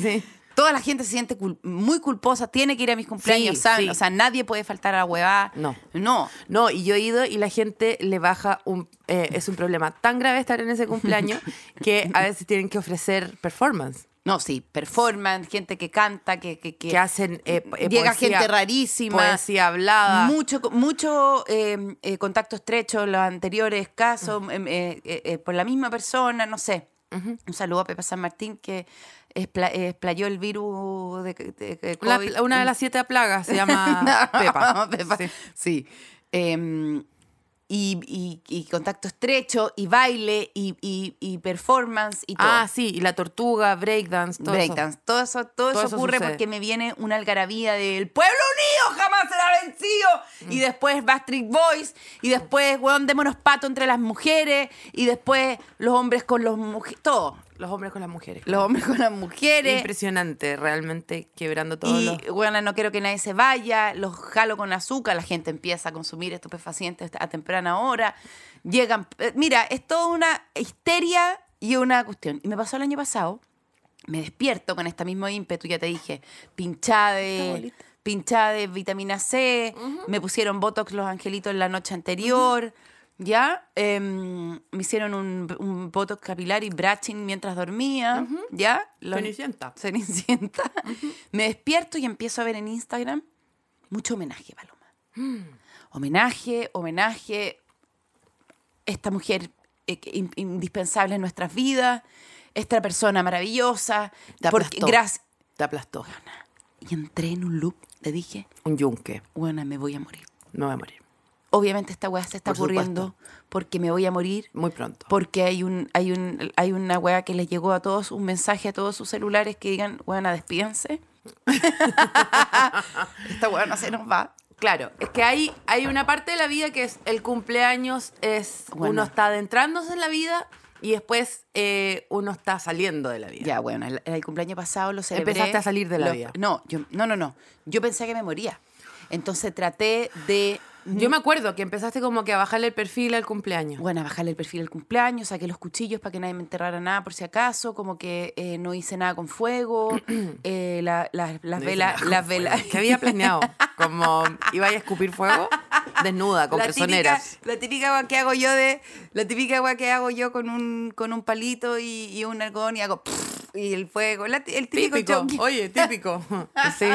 [SPEAKER 4] sí.
[SPEAKER 2] Toda la gente se siente cul- muy culposa, tiene que ir a mis cumpleaños,
[SPEAKER 4] Sí,
[SPEAKER 2] ¿saben?
[SPEAKER 4] sí.
[SPEAKER 2] O sea, nadie puede faltar a la huevada.
[SPEAKER 4] No.
[SPEAKER 2] No.
[SPEAKER 4] No, y yo he ido y la gente le baja un... eh, es un problema tan grave estar en ese cumpleaños que a veces tienen que ofrecer performance.
[SPEAKER 2] No, sí, performance, gente que canta, que... que, que-
[SPEAKER 4] Que hacen... eh, po- eh,
[SPEAKER 2] Llega
[SPEAKER 4] poesía-
[SPEAKER 2] gente rarísima.
[SPEAKER 4] Poesía hablada.
[SPEAKER 2] Mucho, mucho eh, eh, contacto estrecho, los anteriores casos, em, eh, eh, eh, por la misma persona, no sé. Un saludo a Pepa San Martín que espla- eh, explayó el virus de, de- de
[SPEAKER 4] La-
[SPEAKER 2] COVID.
[SPEAKER 4] una de las siete plagas se llama Pepa.
[SPEAKER 2] Pepa,
[SPEAKER 4] Sí.
[SPEAKER 2] Sí. Em, y, y- y contacto estrecho, y baile, y, y- y performance, y todo.
[SPEAKER 4] Ah, sí, y la tortuga, breakdance, todo eso.
[SPEAKER 2] Breakdance. Todo eso, todo
[SPEAKER 4] Todo
[SPEAKER 2] eso
[SPEAKER 4] eso
[SPEAKER 2] ocurre
[SPEAKER 4] sucede.
[SPEAKER 2] porque me viene una algarabía del pueblo unido jamás será
[SPEAKER 4] Mm.
[SPEAKER 2] vencido. Y después Backstreet Boys. Y después, weón, démonos pato entre las mujeres. Y después los hombres con los mujeres. Todo.
[SPEAKER 4] Los hombres con las mujeres.
[SPEAKER 2] Los hombres con las mujeres.
[SPEAKER 4] Impresionante, realmente quebrando todo.
[SPEAKER 2] Y, bueno, no quiero que nadie se vaya, los jalo con azúcar, la gente empieza a consumir estupefacientes a temprana hora, llegan... eh, Mira, es toda una histeria y una cuestión. Y me pasó el año pasado, me despierto con este mismo ímpetu, ya te dije, pinchada
[SPEAKER 4] Está
[SPEAKER 2] de...
[SPEAKER 4] bonito.
[SPEAKER 2] Pinchada de vitamina C, me pusieron Botox los angelitos en la noche anterior, ¿ya? Em, me hicieron un, un botox capilar y brushing mientras dormía, ¿ya? Lo-
[SPEAKER 4] Cenicienta.
[SPEAKER 2] Cenicienta. Me despierto y empiezo a ver en Instagram mucho homenaje, Paloma.
[SPEAKER 4] Mm.
[SPEAKER 2] Homenaje, homenaje. Esta mujer eh, que in- indispensable en nuestras vidas, esta persona maravillosa.
[SPEAKER 4] Te
[SPEAKER 2] Porque,
[SPEAKER 4] aplastó.
[SPEAKER 2] gracias.
[SPEAKER 4] Te aplastó.
[SPEAKER 2] Y entré en un loop. Le dije,
[SPEAKER 4] Un yunque.
[SPEAKER 2] buena, me voy a morir.
[SPEAKER 4] Me voy a morir.
[SPEAKER 2] Obviamente esta weá se está
[SPEAKER 4] Por
[SPEAKER 2] ocurriendo porque me voy a morir.
[SPEAKER 4] Muy pronto.
[SPEAKER 2] Porque hay un, hay un, hay una weá que les llegó a todos, un mensaje a todos sus celulares que digan, weona, despídense. esta weá no se nos va.
[SPEAKER 4] Claro, es que hay, hay una parte de la vida que es el cumpleaños, es
[SPEAKER 2] Bueno.
[SPEAKER 4] uno está adentrándose en la vida y después eh, uno está saliendo de la vida.
[SPEAKER 2] Ya, bueno, el, el cumpleaños pasado lo celebré.
[SPEAKER 4] Empezaste a salir de la
[SPEAKER 2] Lo-
[SPEAKER 4] vida.
[SPEAKER 2] No, yo, no, no, no. Yo pensé que me moría. Entonces traté de
[SPEAKER 4] Yo me acuerdo que empezaste como que a bajarle el perfil al cumpleaños.
[SPEAKER 2] Bueno, bajarle el perfil al cumpleaños, saqué los cuchillos para que nadie me enterrara nada por si acaso, como que eh, no hice nada con fuego, eh, la- la- las
[SPEAKER 4] No hice
[SPEAKER 2] velas,
[SPEAKER 4] nada con
[SPEAKER 2] las
[SPEAKER 4] fuego.
[SPEAKER 2] velas.
[SPEAKER 4] ¿Qué había planeado? Como iba a escupir fuego desnuda, con
[SPEAKER 2] la típica,
[SPEAKER 4] personeras.
[SPEAKER 2] la típica agua que hago yo de, la típica agua que hago yo con un, con un palito y, y un argón y hago y el fuego, la ti- el típico,
[SPEAKER 4] Típico,
[SPEAKER 2] chonqui.
[SPEAKER 4] oye, típico. Sí.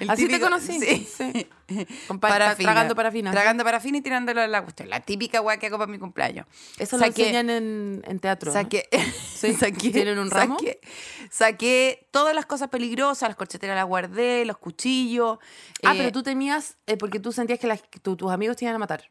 [SPEAKER 2] El
[SPEAKER 4] Así te
[SPEAKER 2] típico-
[SPEAKER 4] conocí.
[SPEAKER 2] sí.
[SPEAKER 4] Con pa-
[SPEAKER 2] Parafina.
[SPEAKER 4] Tragando parafina.
[SPEAKER 2] Tragando parafina y tirándolo a la cuestión. La típica agua que hago para mi cumpleaños.
[SPEAKER 4] Eso
[SPEAKER 2] Saqué-
[SPEAKER 4] lo enseñan en, en teatro. ¿no?
[SPEAKER 2] Saqué,
[SPEAKER 4] Sí,
[SPEAKER 2] saqué-
[SPEAKER 4] ¿tienen un ramo?
[SPEAKER 2] Saqué, saqué todas las cosas peligrosas, las corcheteras las guardé, los cuchillos.
[SPEAKER 4] Ah,
[SPEAKER 2] eh,
[SPEAKER 4] pero tú temías, eh, porque tú sentías que las- que tu- tus amigos te iban a matar.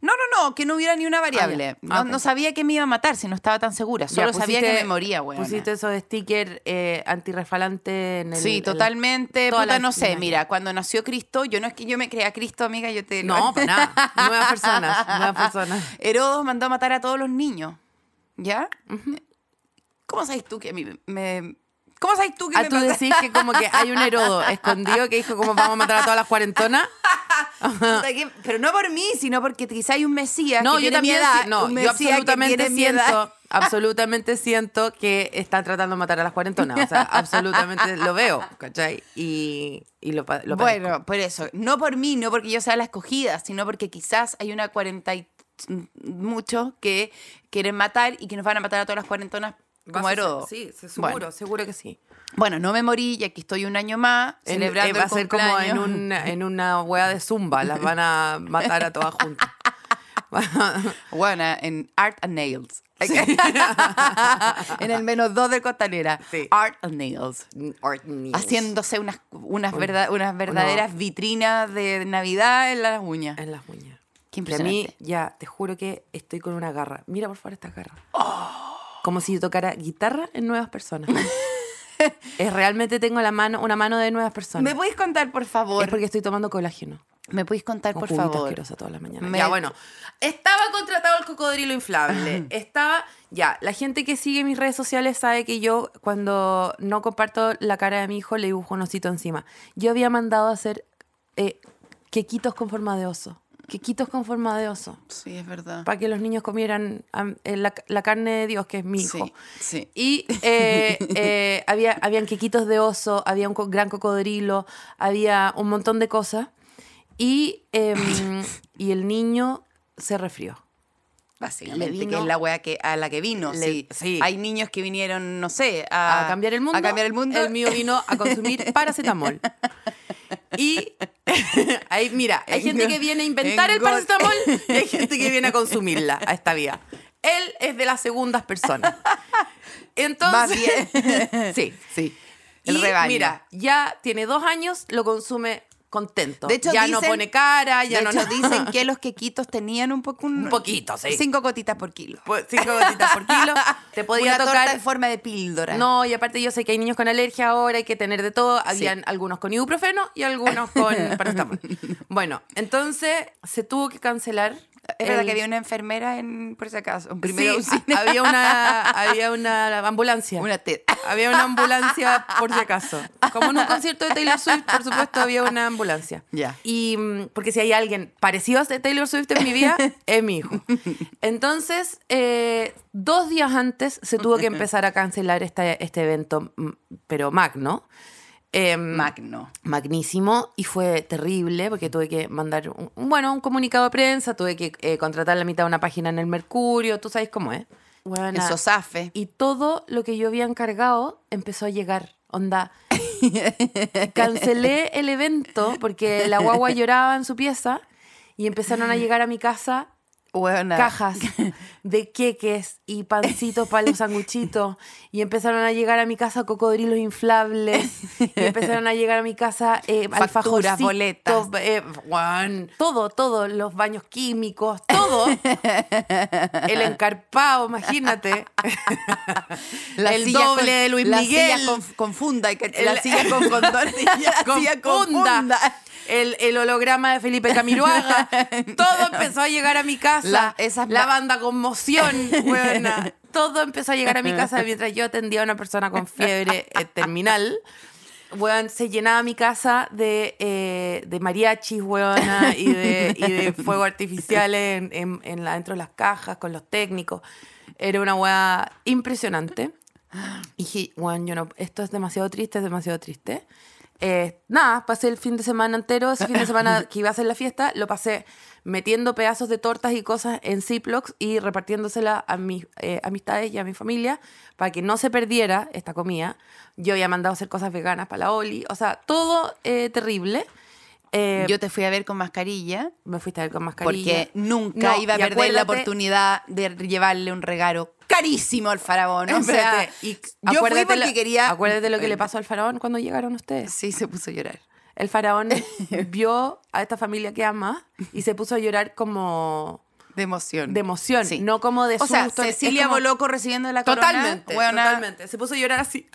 [SPEAKER 2] No, no, no, que no hubiera ni una variable.
[SPEAKER 4] Ah, ya. Ah,
[SPEAKER 2] no,
[SPEAKER 4] ok.
[SPEAKER 2] no sabía que me iba a matar si no estaba tan segura. Solo
[SPEAKER 4] Ya, pusiste-
[SPEAKER 2] sabía que me moría, weón.
[SPEAKER 4] Pusiste esos stickers eh, antirrefalante en el.
[SPEAKER 2] Sí,
[SPEAKER 4] en la-
[SPEAKER 2] totalmente.
[SPEAKER 4] todas
[SPEAKER 2] Puta,
[SPEAKER 4] las
[SPEAKER 2] no sé,
[SPEAKER 4] esquinas.
[SPEAKER 2] mira, cuando nació Cristo, yo no es que yo me crea Cristo, amiga, yo te... lo-
[SPEAKER 4] No, para nada. Nuevas personas, nuevas personas.
[SPEAKER 2] Herodos mandó a matar a todos los niños, ¿ya? ¿Cómo sabes tú que a mí me... ¿Cómo sabes tú que
[SPEAKER 4] Ah,
[SPEAKER 2] me
[SPEAKER 4] tú
[SPEAKER 2] mataste?
[SPEAKER 4] decís que como que hay un Herodo escondido que dijo como vamos a matar a todas las cuarentonas.
[SPEAKER 2] Puta, que- pero no por mí, sino porque quizá hay un Mesías
[SPEAKER 4] ah. No,
[SPEAKER 2] que
[SPEAKER 4] yo
[SPEAKER 2] tiene mi
[SPEAKER 4] también,
[SPEAKER 2] edad,
[SPEAKER 4] sí- no,
[SPEAKER 2] un
[SPEAKER 4] yo
[SPEAKER 2] Mesías que
[SPEAKER 4] absolutamente
[SPEAKER 2] tiene mi edad.
[SPEAKER 4] siento, absolutamente siento que están tratando de matar a las cuarentonas. O sea, absolutamente lo veo, ¿cachai? Y, y lo, pa- lo padezco.
[SPEAKER 2] Bueno, por eso. No por mí, no porque yo sea la escogida, sino porque quizás hay una cuarenta y muchos que quieren matar y que nos van a matar a todas las cuarentonas como
[SPEAKER 4] Vas a-
[SPEAKER 2] Herodo.
[SPEAKER 4] Sí, sí, seguro,
[SPEAKER 2] Bueno.
[SPEAKER 4] seguro que sí.
[SPEAKER 2] Bueno, no me morí y aquí estoy un año más
[SPEAKER 4] En-
[SPEAKER 2] celebrando
[SPEAKER 4] eh,
[SPEAKER 2] el
[SPEAKER 4] va a ser como
[SPEAKER 2] cumpleaños.
[SPEAKER 4] en, un- en una hueá de zumba, las van a matar a todas juntas.
[SPEAKER 2] Bueno, en Art and Nails. en el menos dos de Costanera.
[SPEAKER 4] Sí.
[SPEAKER 2] Art and Nails. haciéndose unas, unas, verda- unas verdaderas vitrinas de Navidad en las uñas.
[SPEAKER 4] en las uñas.
[SPEAKER 2] Qué
[SPEAKER 4] Y a mí,
[SPEAKER 2] impresionante.
[SPEAKER 4] ya, te juro que estoy con una garra. Mira, por favor, esta garra. Como si yo tocara guitarra en nuevas personas. es realmente tengo la mano, una mano de nuevas personas.
[SPEAKER 2] ¿Me podéis contar, por
[SPEAKER 4] es
[SPEAKER 2] favor?
[SPEAKER 4] porque estoy tomando colágeno.
[SPEAKER 2] ¿Me podéis contar,
[SPEAKER 4] con
[SPEAKER 2] por
[SPEAKER 4] juguito
[SPEAKER 2] favor?
[SPEAKER 4] asqueroso toda la mañana.
[SPEAKER 2] Me-
[SPEAKER 4] Ya, bueno. Estaba contratado el cocodrilo inflable. Estaba. Ya, la gente que sigue mis redes sociales sabe que yo, cuando no comparto la cara de mi hijo, le dibujo un osito encima. Yo había mandado a hacer eh, quequitos con forma de oso. Quequitos con forma de oso.
[SPEAKER 2] Sí, es verdad.
[SPEAKER 4] Para que los niños comieran am, eh, la, la carne de Dios, que es mi hijo.
[SPEAKER 2] Sí, sí.
[SPEAKER 4] Y eh, eh, había, habían quequitos de oso, había un co- gran cocodrilo, había un montón de cosas. Y, em, y el niño se refrió.
[SPEAKER 2] Básicamente,
[SPEAKER 4] Le vino-
[SPEAKER 2] que es la wea que, a la que vino.
[SPEAKER 4] Le-
[SPEAKER 2] sí.
[SPEAKER 4] sí.
[SPEAKER 2] Hay niños que vinieron, no sé,
[SPEAKER 4] A,
[SPEAKER 2] Ah, a,
[SPEAKER 4] cambiar el mundo.
[SPEAKER 2] A cambiar el mundo.
[SPEAKER 4] El mío vino a consumir paracetamol. Y ahí, mira, hay gente que viene a inventar el
[SPEAKER 2] Engol-
[SPEAKER 4] paracetamol y hay gente que viene a consumirla a esta vía. Él es de las segundas personas.
[SPEAKER 2] Más
[SPEAKER 4] Entonces,
[SPEAKER 2] bien.
[SPEAKER 4] sí,
[SPEAKER 2] sí. El
[SPEAKER 4] y
[SPEAKER 2] rebaño.
[SPEAKER 4] mira, ya tiene dos años, lo consume contento.
[SPEAKER 2] De hecho,
[SPEAKER 4] ya no
[SPEAKER 2] dicen-
[SPEAKER 4] pone cara, ya
[SPEAKER 2] de
[SPEAKER 4] no
[SPEAKER 2] hecho, dicen que los quequitos tenían un poco un,
[SPEAKER 4] Un poquito, sí.
[SPEAKER 2] Cinco gotitas por kilo.
[SPEAKER 4] Po- Cinco gotitas por kilo. Te podía
[SPEAKER 2] Una torta
[SPEAKER 4] tocar.
[SPEAKER 2] en forma de píldora.
[SPEAKER 4] No, y aparte yo sé que hay niños con alergia ahora, hay que tener de todo. Habían algunos con ibuprofeno y algunos con paracetamol. Bueno, entonces se tuvo que cancelar.
[SPEAKER 2] Es verdad
[SPEAKER 4] el-
[SPEAKER 2] que había una enfermera en, por si acaso, un
[SPEAKER 4] Sí, ah,
[SPEAKER 2] primer auxilio.
[SPEAKER 4] ha- había una había una ambulancia.
[SPEAKER 2] Una TED.
[SPEAKER 4] Había una ambulancia por si acaso. Como en un concierto de Taylor Swift, por supuesto, había una ambulancia.
[SPEAKER 2] Ya.
[SPEAKER 4] Y mm, porque si hay alguien parecido a Taylor Swift en mi vida, es mi hijo. Entonces, eh, dos días antes se tuvo que empezar a cancelar esta- este evento, mm, pero magno. em,
[SPEAKER 2] Magno.
[SPEAKER 4] magnísimo y fue terrible porque tuve que mandar un, un- bueno, un comunicado de prensa, tuve que eh, contratar la mitad de una página en el Mercurio, tú sabes cómo es.
[SPEAKER 2] El
[SPEAKER 4] Weona,
[SPEAKER 2] sosafe.
[SPEAKER 4] y todo lo que yo había encargado empezó a llegar. Onda. Cancelé el evento porque la guagua lloraba en su pieza y empezaron a llegar a mi casa
[SPEAKER 2] Buena.
[SPEAKER 4] cajas de queques y pancitos para los sanguchitos. Y empezaron a llegar a mi casa cocodrilos inflables. Y empezaron a llegar a mi casa eh,
[SPEAKER 2] Facturas,
[SPEAKER 4] alfajorcitos,
[SPEAKER 2] boletas.
[SPEAKER 4] eh, guan, todo, todo. Los baños químicos, todo. El encarpado, imagínate.
[SPEAKER 2] La
[SPEAKER 4] el
[SPEAKER 2] silla
[SPEAKER 4] doble de Luis
[SPEAKER 2] la
[SPEAKER 4] Miguel.
[SPEAKER 2] silla con, con funda. y que-
[SPEAKER 4] El-
[SPEAKER 2] la silla con condón. La silla con funda.
[SPEAKER 4] El, el holograma de Felipe Camiroaga. Todo empezó a llegar a mi casa.
[SPEAKER 2] La-
[SPEAKER 4] La,
[SPEAKER 2] esas ba-
[SPEAKER 4] banda conmoción, buena. Todo empezó a llegar a mi casa mientras yo atendía a una persona con fiebre eh, terminal. Weón, se llenaba mi casa de, eh, de mariachis, weona, y de, y de fuego artificial en, en- en la- dentro de las cajas, con los técnicos. Era una weá impresionante. Y dije, weón, yo no, esto es demasiado triste, es demasiado triste. Eh, nada, pasé el fin de semana entero, ese fin de semana que iba a ser la fiesta, lo pasé metiendo pedazos de tortas y cosas en Ziplocs y repartiéndosela a mis eh, amistades y a mi familia para que no se perdiera esta comida. Yo había mandado hacer cosas veganas para la Oli, o sea, todo eh, terrible. Eh,
[SPEAKER 2] Yo te fui a ver con mascarilla.
[SPEAKER 4] me fuiste a ver con mascarilla.
[SPEAKER 2] Porque nunca
[SPEAKER 4] No,
[SPEAKER 2] iba a
[SPEAKER 4] y
[SPEAKER 2] perder la
[SPEAKER 4] acuérdate-
[SPEAKER 2] oportunidad de llevarle un regalo carísimo al faraón. O sea,
[SPEAKER 4] Espérate, y
[SPEAKER 2] yo fui
[SPEAKER 4] acuérdate
[SPEAKER 2] porque
[SPEAKER 4] lo-
[SPEAKER 2] quería...
[SPEAKER 4] Acuérdate lo que le pasó al faraón cuando llegaron ustedes.
[SPEAKER 2] Sí, se puso a llorar.
[SPEAKER 4] El faraón vio a esta familia que ama y se puso a llorar como
[SPEAKER 2] De emoción.
[SPEAKER 4] de emoción,
[SPEAKER 2] Sí.
[SPEAKER 4] no como de
[SPEAKER 2] o sea,
[SPEAKER 4] susto. Es
[SPEAKER 2] Cecilia
[SPEAKER 4] como-
[SPEAKER 2] Boloco recibiendo la corona.
[SPEAKER 4] Totalmente,
[SPEAKER 2] weona,
[SPEAKER 4] totalmente. Se puso a llorar así,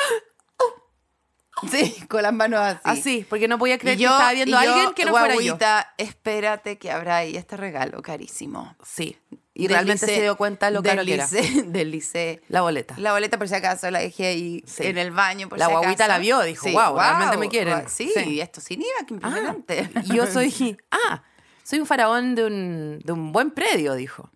[SPEAKER 2] Sí, con las manos así.
[SPEAKER 4] así, porque no podía creer
[SPEAKER 2] Y yo-
[SPEAKER 4] que estaba viendo
[SPEAKER 2] y
[SPEAKER 4] a
[SPEAKER 2] yo,
[SPEAKER 4] alguien que no fuera yo.
[SPEAKER 2] guagüita, espérate que habrá ahí este regalo carísimo.
[SPEAKER 4] Sí, y realmente
[SPEAKER 2] deslicé-
[SPEAKER 4] se dio cuenta lo caro que era.
[SPEAKER 2] deslicé- deslicé
[SPEAKER 4] La boleta.
[SPEAKER 2] La boleta, por si acaso, la dejé ahí
[SPEAKER 4] Sí.
[SPEAKER 2] en el baño, por
[SPEAKER 4] La
[SPEAKER 2] si acaso.
[SPEAKER 4] guaguita la vio, dijo, "Guau, realmente me quieren".
[SPEAKER 2] guau, Sí,
[SPEAKER 4] Sí.
[SPEAKER 2] esto sin IVA, que
[SPEAKER 4] Ah,
[SPEAKER 2] impresionante.
[SPEAKER 4] y yo soy, ah, soy un faraón de un, de un buen predio, dijo.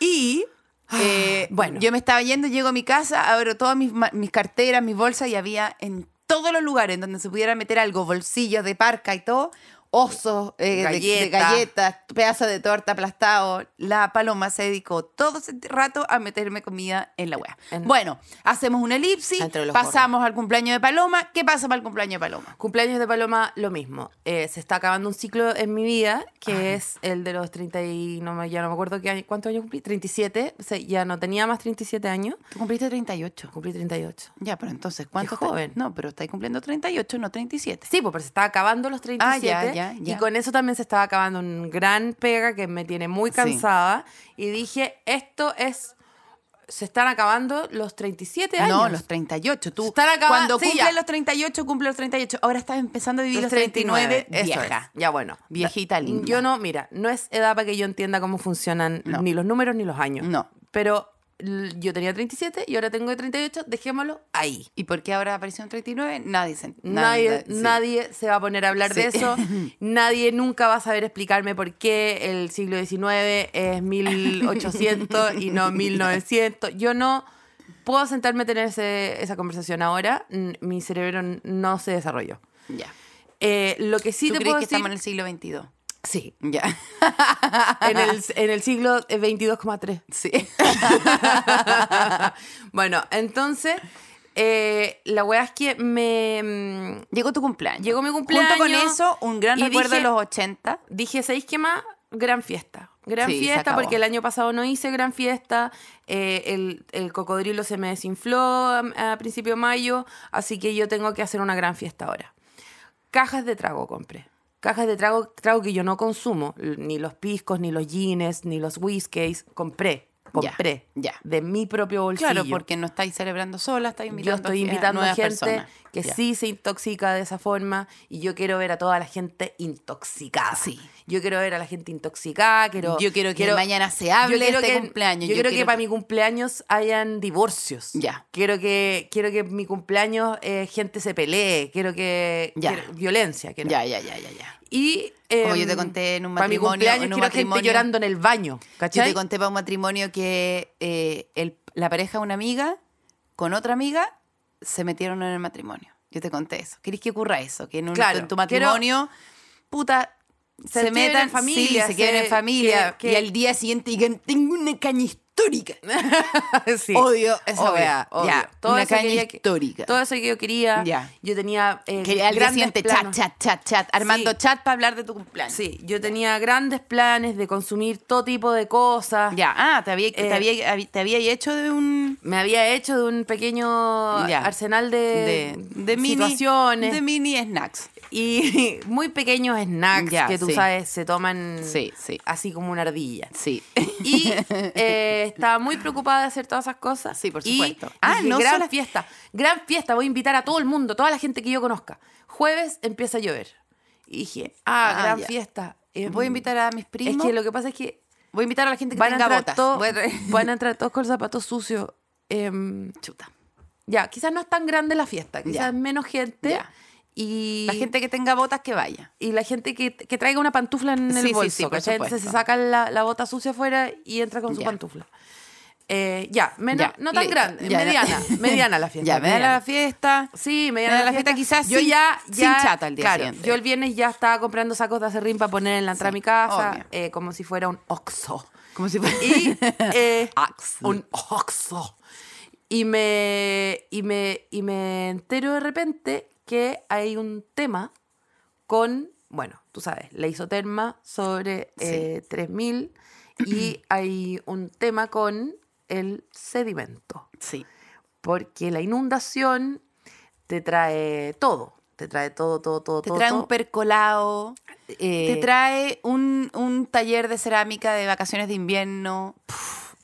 [SPEAKER 2] Y, eh,
[SPEAKER 4] Ah, bueno.
[SPEAKER 2] yo me estaba yendo, llego a mi casa, abro todas mis, ma- mis carteras, mis bolsas, y había en todos los lugares en donde se pudiera meter algo, bolsillos de parca y todo, osos, eh, de- de,
[SPEAKER 4] Galleta.
[SPEAKER 2] galletas, pedazos de torta aplastado. La paloma se dedicó todo ese rato a meterme comida en la wea.
[SPEAKER 4] En-
[SPEAKER 2] Bueno, hacemos una elipsis,
[SPEAKER 4] Entre los
[SPEAKER 2] pasamos al cumpleaños de Paloma. ¿Qué pasa para el cumpleaños de Paloma?
[SPEAKER 4] Cumpleaños de Paloma, lo mismo. Eh, se está acabando un ciclo en mi vida, que es el de los 30 y... No, me- ya no me acuerdo qué año, cuántos años cumplí. 37. O sea, ya no tenía más 37 años.
[SPEAKER 2] Tú cumpliste 38.
[SPEAKER 4] Cumplí 38.
[SPEAKER 2] Ya, pero entonces, ¿cuánto?
[SPEAKER 4] Qué joven.
[SPEAKER 2] No, pero estáis cumpliendo 38, no 37.
[SPEAKER 4] Sí, pues pero se está acabando los 37.
[SPEAKER 2] Ah, ya, ya, ya.
[SPEAKER 4] Y con eso también se estaba acabando un gran pega que me tiene muy cansada. Y dije, esto es... Se están acabando los 37 años.
[SPEAKER 2] Ah, No, los 38. Tú,
[SPEAKER 4] Están acaba-
[SPEAKER 2] cuando
[SPEAKER 4] sí,
[SPEAKER 2] cumples
[SPEAKER 4] ya.
[SPEAKER 2] los 38, cumple los 38. Ahora estás empezando a vivir los
[SPEAKER 4] Los
[SPEAKER 2] 39,
[SPEAKER 4] eso
[SPEAKER 2] vieja.
[SPEAKER 4] es. Ya bueno.
[SPEAKER 2] Viejita linda.
[SPEAKER 4] Yo no, mira, no es edad para que yo entienda cómo funcionan
[SPEAKER 2] No.
[SPEAKER 4] ni los números ni los años.
[SPEAKER 2] No.
[SPEAKER 4] Pero l- yo tenía 37 y ahora tengo 38, dejémoslo ahí.
[SPEAKER 2] ¿Y por qué ahora apareció un 39? Nadie se... nadie-
[SPEAKER 4] Nadie, nadie,
[SPEAKER 2] sí.
[SPEAKER 4] se va a poner a hablar de
[SPEAKER 2] Sí.
[SPEAKER 4] eso. Nadie nunca va a saber explicarme por qué el siglo XIX es 1800 y no 1900. Yo no puedo sentarme a tener ese- esa conversación ahora. N- Mi cerebro n- no se desarrolló.
[SPEAKER 2] Ya.
[SPEAKER 4] Eh, lo que sí
[SPEAKER 2] ¿Tú
[SPEAKER 4] te
[SPEAKER 2] crees que
[SPEAKER 4] puedo decir...
[SPEAKER 2] estamos en el siglo XXII?
[SPEAKER 4] Sí,
[SPEAKER 2] Ya.
[SPEAKER 4] en el, en el siglo eh, 22,3.
[SPEAKER 2] Sí.
[SPEAKER 4] bueno, entonces, eh, la weá es que me mm,
[SPEAKER 2] Llegó tu cumpleaños.
[SPEAKER 4] Llegó mi
[SPEAKER 2] Junto con
[SPEAKER 4] cumpleaños
[SPEAKER 2] eso, un gran
[SPEAKER 4] y
[SPEAKER 2] recuerdo de
[SPEAKER 4] dije-
[SPEAKER 2] los 80.
[SPEAKER 4] dije, ¿sabéis qué más? Gran fiesta. Gran
[SPEAKER 2] Sí, se
[SPEAKER 4] fiesta,
[SPEAKER 2] acabó.
[SPEAKER 4] porque el año pasado no hice gran fiesta. eh, el, el cocodrilo se me desinfló a, a principio de mayo, así que yo tengo que hacer una gran fiesta ahora. Cajas de trago compré. Cajas de trago, trago que yo no consumo. l- Ni los piscos, ni los jeans, ni los whiskies. Compré. Compré.
[SPEAKER 2] ya.
[SPEAKER 4] De mi propio bolsillo.
[SPEAKER 2] Claro, porque no estáis celebrando sola, estáis
[SPEAKER 4] Yo
[SPEAKER 2] invitando
[SPEAKER 4] estoy
[SPEAKER 2] a-
[SPEAKER 4] invitando a
[SPEAKER 2] nuevas
[SPEAKER 4] gente
[SPEAKER 2] personas.
[SPEAKER 4] que
[SPEAKER 2] Ya.
[SPEAKER 4] sí se intoxica de esa forma y yo quiero ver a toda la gente intoxicada.
[SPEAKER 2] Sí.
[SPEAKER 4] Yo quiero ver a la gente intoxicada, quiero...
[SPEAKER 2] Yo quiero que mañana se hable de
[SPEAKER 4] quiero
[SPEAKER 2] este cumpleaños,
[SPEAKER 4] Yo,
[SPEAKER 2] yo
[SPEAKER 4] quiero,
[SPEAKER 2] quiero
[SPEAKER 4] que para
[SPEAKER 2] que-
[SPEAKER 4] mi cumpleaños hayan divorcios.
[SPEAKER 2] Ya.
[SPEAKER 4] Quiero que, quiero que mi cumpleaños eh, gente se pelee, quiero que...
[SPEAKER 2] Ya.
[SPEAKER 4] quiero violencia. Quiero.
[SPEAKER 2] Ya, ya, ya, ya, ya.
[SPEAKER 4] Y...
[SPEAKER 2] Como
[SPEAKER 4] em,
[SPEAKER 2] yo te conté en un
[SPEAKER 4] Para mi
[SPEAKER 2] matrimonio,
[SPEAKER 4] cumpleaños
[SPEAKER 2] en un
[SPEAKER 4] quiero gente
[SPEAKER 2] matrimonio-
[SPEAKER 4] llorando en el baño,
[SPEAKER 2] Yo
[SPEAKER 4] ¿cachai?
[SPEAKER 2] te conté para un matrimonio que eh, el- la pareja de una amiga con otra amiga se metieron en el matrimonio. Yo te conté eso. ¿Querés que ocurra eso? Que en, un-
[SPEAKER 4] Claro,
[SPEAKER 2] en tu
[SPEAKER 4] quiero-
[SPEAKER 2] matrimonio, puta, se,
[SPEAKER 4] Se quiebren
[SPEAKER 2] metan
[SPEAKER 4] en familia,
[SPEAKER 2] sí, se
[SPEAKER 4] se-
[SPEAKER 2] queden en familia.
[SPEAKER 4] que- que-
[SPEAKER 2] Y al día siguiente digan, tengo una caña histórica.
[SPEAKER 4] Sí.
[SPEAKER 2] Odio esa
[SPEAKER 4] Obvio,
[SPEAKER 2] weá.
[SPEAKER 4] obvio.
[SPEAKER 2] Ya,
[SPEAKER 4] Todo
[SPEAKER 2] una
[SPEAKER 4] eso que
[SPEAKER 2] caña
[SPEAKER 4] ella que-
[SPEAKER 2] histórica.
[SPEAKER 4] Todo eso que yo quería.
[SPEAKER 2] Ya.
[SPEAKER 4] Yo tenía. eh,
[SPEAKER 2] que al día
[SPEAKER 4] grandes
[SPEAKER 2] siguiente, chat,
[SPEAKER 4] planos.
[SPEAKER 2] chat, chat, chat. Armando
[SPEAKER 4] Sí.
[SPEAKER 2] chat para hablar de tu cumpleaños.
[SPEAKER 4] Sí, yo tenía grandes planes de consumir todo tipo de cosas.
[SPEAKER 2] Ya, ah, te había, te
[SPEAKER 4] Eh,
[SPEAKER 2] había, habi- te había hecho de un...
[SPEAKER 4] Me había hecho de un pequeño
[SPEAKER 2] Ya.
[SPEAKER 4] arsenal de,
[SPEAKER 2] de mini,
[SPEAKER 4] Eh, situaciones
[SPEAKER 2] De mini snacks.
[SPEAKER 4] y muy pequeños snacks
[SPEAKER 2] Ya,
[SPEAKER 4] que tú
[SPEAKER 2] sí.
[SPEAKER 4] sabes se toman
[SPEAKER 2] Sí, sí.
[SPEAKER 4] así como una ardilla.
[SPEAKER 2] Sí.
[SPEAKER 4] Y eh, estaba muy preocupada de hacer todas esas cosas.
[SPEAKER 2] Sí, por
[SPEAKER 4] Y
[SPEAKER 2] supuesto. Ah,
[SPEAKER 4] ah,
[SPEAKER 2] no
[SPEAKER 4] gran
[SPEAKER 2] solo-
[SPEAKER 4] fiesta, gran fiesta. Voy a invitar a todo el mundo, toda la gente que yo conozca. Jueves empieza a llover. Y dije, ah,
[SPEAKER 2] Ah,
[SPEAKER 4] gran
[SPEAKER 2] ya.
[SPEAKER 4] fiesta. Em,
[SPEAKER 2] Voy a invitar a mis
[SPEAKER 4] Es
[SPEAKER 2] primos.
[SPEAKER 4] que lo que pasa es que
[SPEAKER 2] Voy a invitar a la gente que
[SPEAKER 4] van a,
[SPEAKER 2] tenga
[SPEAKER 4] entrar
[SPEAKER 2] botas.
[SPEAKER 4] todos-
[SPEAKER 2] Voy a traer-
[SPEAKER 4] van a entrar todos con zapatos sucios. Em,
[SPEAKER 2] Chuta.
[SPEAKER 4] ya, quizás no es tan grande la fiesta, quizás
[SPEAKER 2] Ya.
[SPEAKER 4] es menos gente.
[SPEAKER 2] Ya.
[SPEAKER 4] Y
[SPEAKER 2] La gente que tenga botas que vaya.
[SPEAKER 4] y la gente que, que traiga una pantufla en
[SPEAKER 2] Sí,
[SPEAKER 4] el
[SPEAKER 2] sí,
[SPEAKER 4] bolso,
[SPEAKER 2] sí, por
[SPEAKER 4] ¿cachai? Entonces se
[SPEAKER 2] supuesto.
[SPEAKER 4] saca la, la bota sucia afuera y entra con su
[SPEAKER 2] Ya.
[SPEAKER 4] pantufla. Eh, ya, meno-
[SPEAKER 2] Ya,
[SPEAKER 4] no tan
[SPEAKER 2] listo.
[SPEAKER 4] grande,
[SPEAKER 2] Ya, ya.
[SPEAKER 4] mediana, mediana la fiesta.
[SPEAKER 2] Ya, me da la fiesta.
[SPEAKER 4] Sí, mediana la, fiesta.
[SPEAKER 2] quizás
[SPEAKER 4] yo
[SPEAKER 2] sin-
[SPEAKER 4] ya,
[SPEAKER 2] sin
[SPEAKER 4] ya-
[SPEAKER 2] chata al día
[SPEAKER 4] claro,
[SPEAKER 2] siguiente.
[SPEAKER 4] Yo el viernes ya estaba comprando sacos de acerrín para poner en la entrada de mi
[SPEAKER 2] obvio.
[SPEAKER 4] casa, eh, como si fuera un oxo.
[SPEAKER 2] Como si fuera...
[SPEAKER 4] Y eh,
[SPEAKER 2] Oxo.
[SPEAKER 4] un oxo. Y me, y, me, y me entero de repente que hay un tema con, bueno, tú sabes, la isoterma sobre
[SPEAKER 2] Sí.
[SPEAKER 4] eh, 3000 y hay un tema con el sedimento,
[SPEAKER 2] Sí.
[SPEAKER 4] porque la inundación te trae todo, te trae todo, todo, todo,
[SPEAKER 2] Te
[SPEAKER 4] todo.
[SPEAKER 2] trae un
[SPEAKER 4] todo.
[SPEAKER 2] percolado.
[SPEAKER 4] Eh,
[SPEAKER 2] Te trae un, un taller de cerámica de vacaciones de invierno.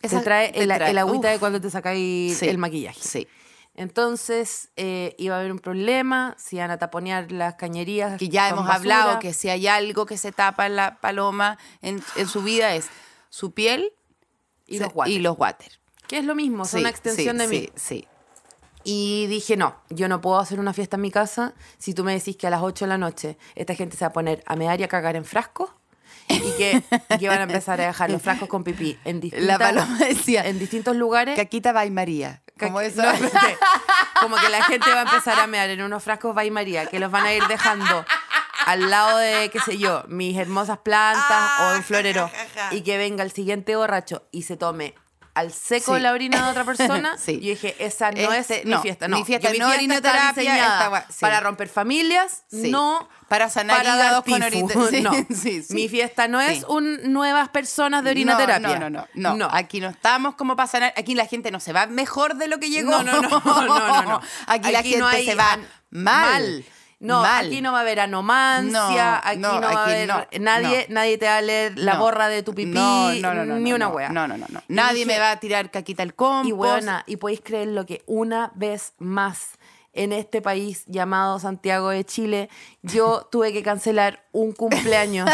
[SPEAKER 4] te trae el, el agüita de
[SPEAKER 2] cuando
[SPEAKER 4] cuando te sacáis
[SPEAKER 2] Sí.
[SPEAKER 4] el maquillaje.
[SPEAKER 2] Sí.
[SPEAKER 4] Entonces eh, iba a haber un problema, se iban a taponear las cañerías.
[SPEAKER 2] Que ya
[SPEAKER 4] con
[SPEAKER 2] hemos
[SPEAKER 4] basura.
[SPEAKER 2] hablado que si hay algo que se tapa en la paloma en, en su vida es su piel
[SPEAKER 4] Y
[SPEAKER 2] se-
[SPEAKER 4] los guates.
[SPEAKER 2] Y los water.
[SPEAKER 4] Que es lo mismo, es
[SPEAKER 2] Sí,
[SPEAKER 4] una extensión
[SPEAKER 2] sí,
[SPEAKER 4] de mí.
[SPEAKER 2] Sí, sí.
[SPEAKER 4] Y dije, no, yo no puedo hacer una fiesta en mi casa si tú me decís que a las 8 de la noche esta gente se va a poner a medar y a cagar en frascos y que, y que van a empezar a dejar los frascos con pipí en,
[SPEAKER 2] La
[SPEAKER 4] distintas-
[SPEAKER 2] paloma decía,
[SPEAKER 4] en distintos lugares.
[SPEAKER 2] Caquita by María. Como
[SPEAKER 4] Ca-
[SPEAKER 2] eso.
[SPEAKER 4] Eh, no, espérate. Como que la gente va a empezar a mear en unos frascos by María, que los van a ir dejando al lado de, qué sé yo, mis hermosas plantas
[SPEAKER 2] Ah,
[SPEAKER 4] o un florero.
[SPEAKER 2] ja, ja, ja.
[SPEAKER 4] Y que venga el siguiente borracho y se tome al seco
[SPEAKER 2] Sí.
[SPEAKER 4] la orina de otra persona.
[SPEAKER 2] Sí.
[SPEAKER 4] Yo dije, esa no
[SPEAKER 2] Este,
[SPEAKER 4] es mi
[SPEAKER 2] no,
[SPEAKER 4] fiesta. No,
[SPEAKER 2] mi fiesta
[SPEAKER 4] Yo-
[SPEAKER 2] no
[SPEAKER 4] está
[SPEAKER 2] orinoterapia,
[SPEAKER 4] diseñada
[SPEAKER 2] esta gua- sí.
[SPEAKER 4] Para romper familias,
[SPEAKER 2] Sí.
[SPEAKER 4] no...
[SPEAKER 2] Para sanar
[SPEAKER 4] para dar
[SPEAKER 2] hígados con
[SPEAKER 4] pifu.
[SPEAKER 2] orinoterapia. Sí,
[SPEAKER 4] No.
[SPEAKER 2] sí, sí.
[SPEAKER 4] Mi fiesta no
[SPEAKER 2] Sí.
[SPEAKER 4] es un nuevas personas de orinoterapia.
[SPEAKER 2] No, no, no, no, no. Aquí no estamos como para sanar. Aquí la gente no se va mejor de lo que llegó.
[SPEAKER 4] No, no, no, no, no, no.
[SPEAKER 2] Aquí, la gente
[SPEAKER 4] no hay
[SPEAKER 2] se va
[SPEAKER 4] an-
[SPEAKER 2] mal.
[SPEAKER 4] No,
[SPEAKER 2] mal.
[SPEAKER 4] aquí no va a haber anomancia,
[SPEAKER 2] No,
[SPEAKER 4] aquí
[SPEAKER 2] no,
[SPEAKER 4] no, va a
[SPEAKER 2] aquí
[SPEAKER 4] haber
[SPEAKER 2] no,
[SPEAKER 4] nadie, nadie te va a leer la
[SPEAKER 2] No.
[SPEAKER 4] borra de tu pipí,
[SPEAKER 2] No, no, no, no,
[SPEAKER 4] ni
[SPEAKER 2] no,
[SPEAKER 4] una
[SPEAKER 2] no.
[SPEAKER 4] wea.
[SPEAKER 2] No, no, no. no.
[SPEAKER 4] Y
[SPEAKER 2] Nadie
[SPEAKER 4] dije,
[SPEAKER 2] me va a tirar caquita al compost.
[SPEAKER 4] Y buena, y podéis creer lo que una vez más en este país llamado Santiago de Chile, yo tuve que cancelar un cumpleaños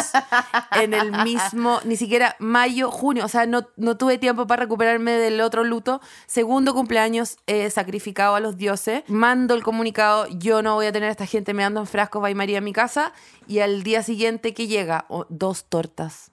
[SPEAKER 4] en el mismo, ni siquiera mayo, junio, o sea, no, no tuve tiempo para recuperarme del otro luto. Segundo cumpleaños eh, sacrificado a los dioses. Mando el comunicado, yo no voy a tener a esta gente meando en frascos, va María en mi casa. Y al día siguiente que llega, oh, dos tortas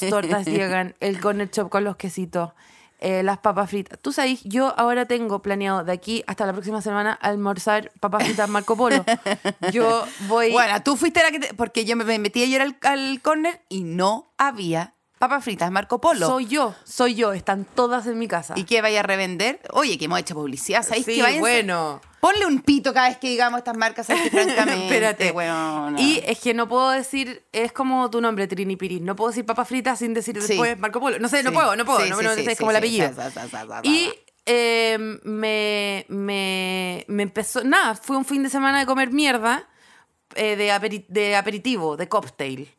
[SPEAKER 4] tortas llegan, el corner chop con los quesitos, eh, las papas fritas. Tú sabes, yo ahora tengo planeado de aquí hasta la próxima semana almorzar papas fritas Marco Polo. Yo voy
[SPEAKER 2] Bueno, tú fuiste la que te- Porque yo me me metí ayer al, al corner y no había papas fritas Marco Polo.
[SPEAKER 4] soy yo, soy yo, están todas en mi casa.
[SPEAKER 2] ¿Y que vaya a revender? Oye, que hemos hecho publicidad. ¿Sabéis
[SPEAKER 4] Sí,
[SPEAKER 2] que vayan?
[SPEAKER 4] bueno.
[SPEAKER 2] Ponle un pito cada vez que digamos estas marcas. ¿sabes que francamente,
[SPEAKER 4] Espérate.
[SPEAKER 2] weona.
[SPEAKER 4] Y eh, es que no puedo decir, es como tu nombre, Trini Piris. No puedo decir papas fritas sin decir
[SPEAKER 2] Sí.
[SPEAKER 4] después Marco Polo. No sé, no
[SPEAKER 2] Sí.
[SPEAKER 4] puedo, no puedo.
[SPEAKER 2] Sí,
[SPEAKER 4] no,
[SPEAKER 2] sí,
[SPEAKER 4] no
[SPEAKER 2] sí,
[SPEAKER 4] sé,
[SPEAKER 2] sí,
[SPEAKER 4] es como el
[SPEAKER 2] sí.
[SPEAKER 4] apellido.
[SPEAKER 2] Sa, sa, sa, sa,
[SPEAKER 4] Y
[SPEAKER 2] sa.
[SPEAKER 4] eh, me, me, me empezó. Nada, fue un fin de semana de comer mierda, eh, de, aperi- de aperitivo, de cocktail.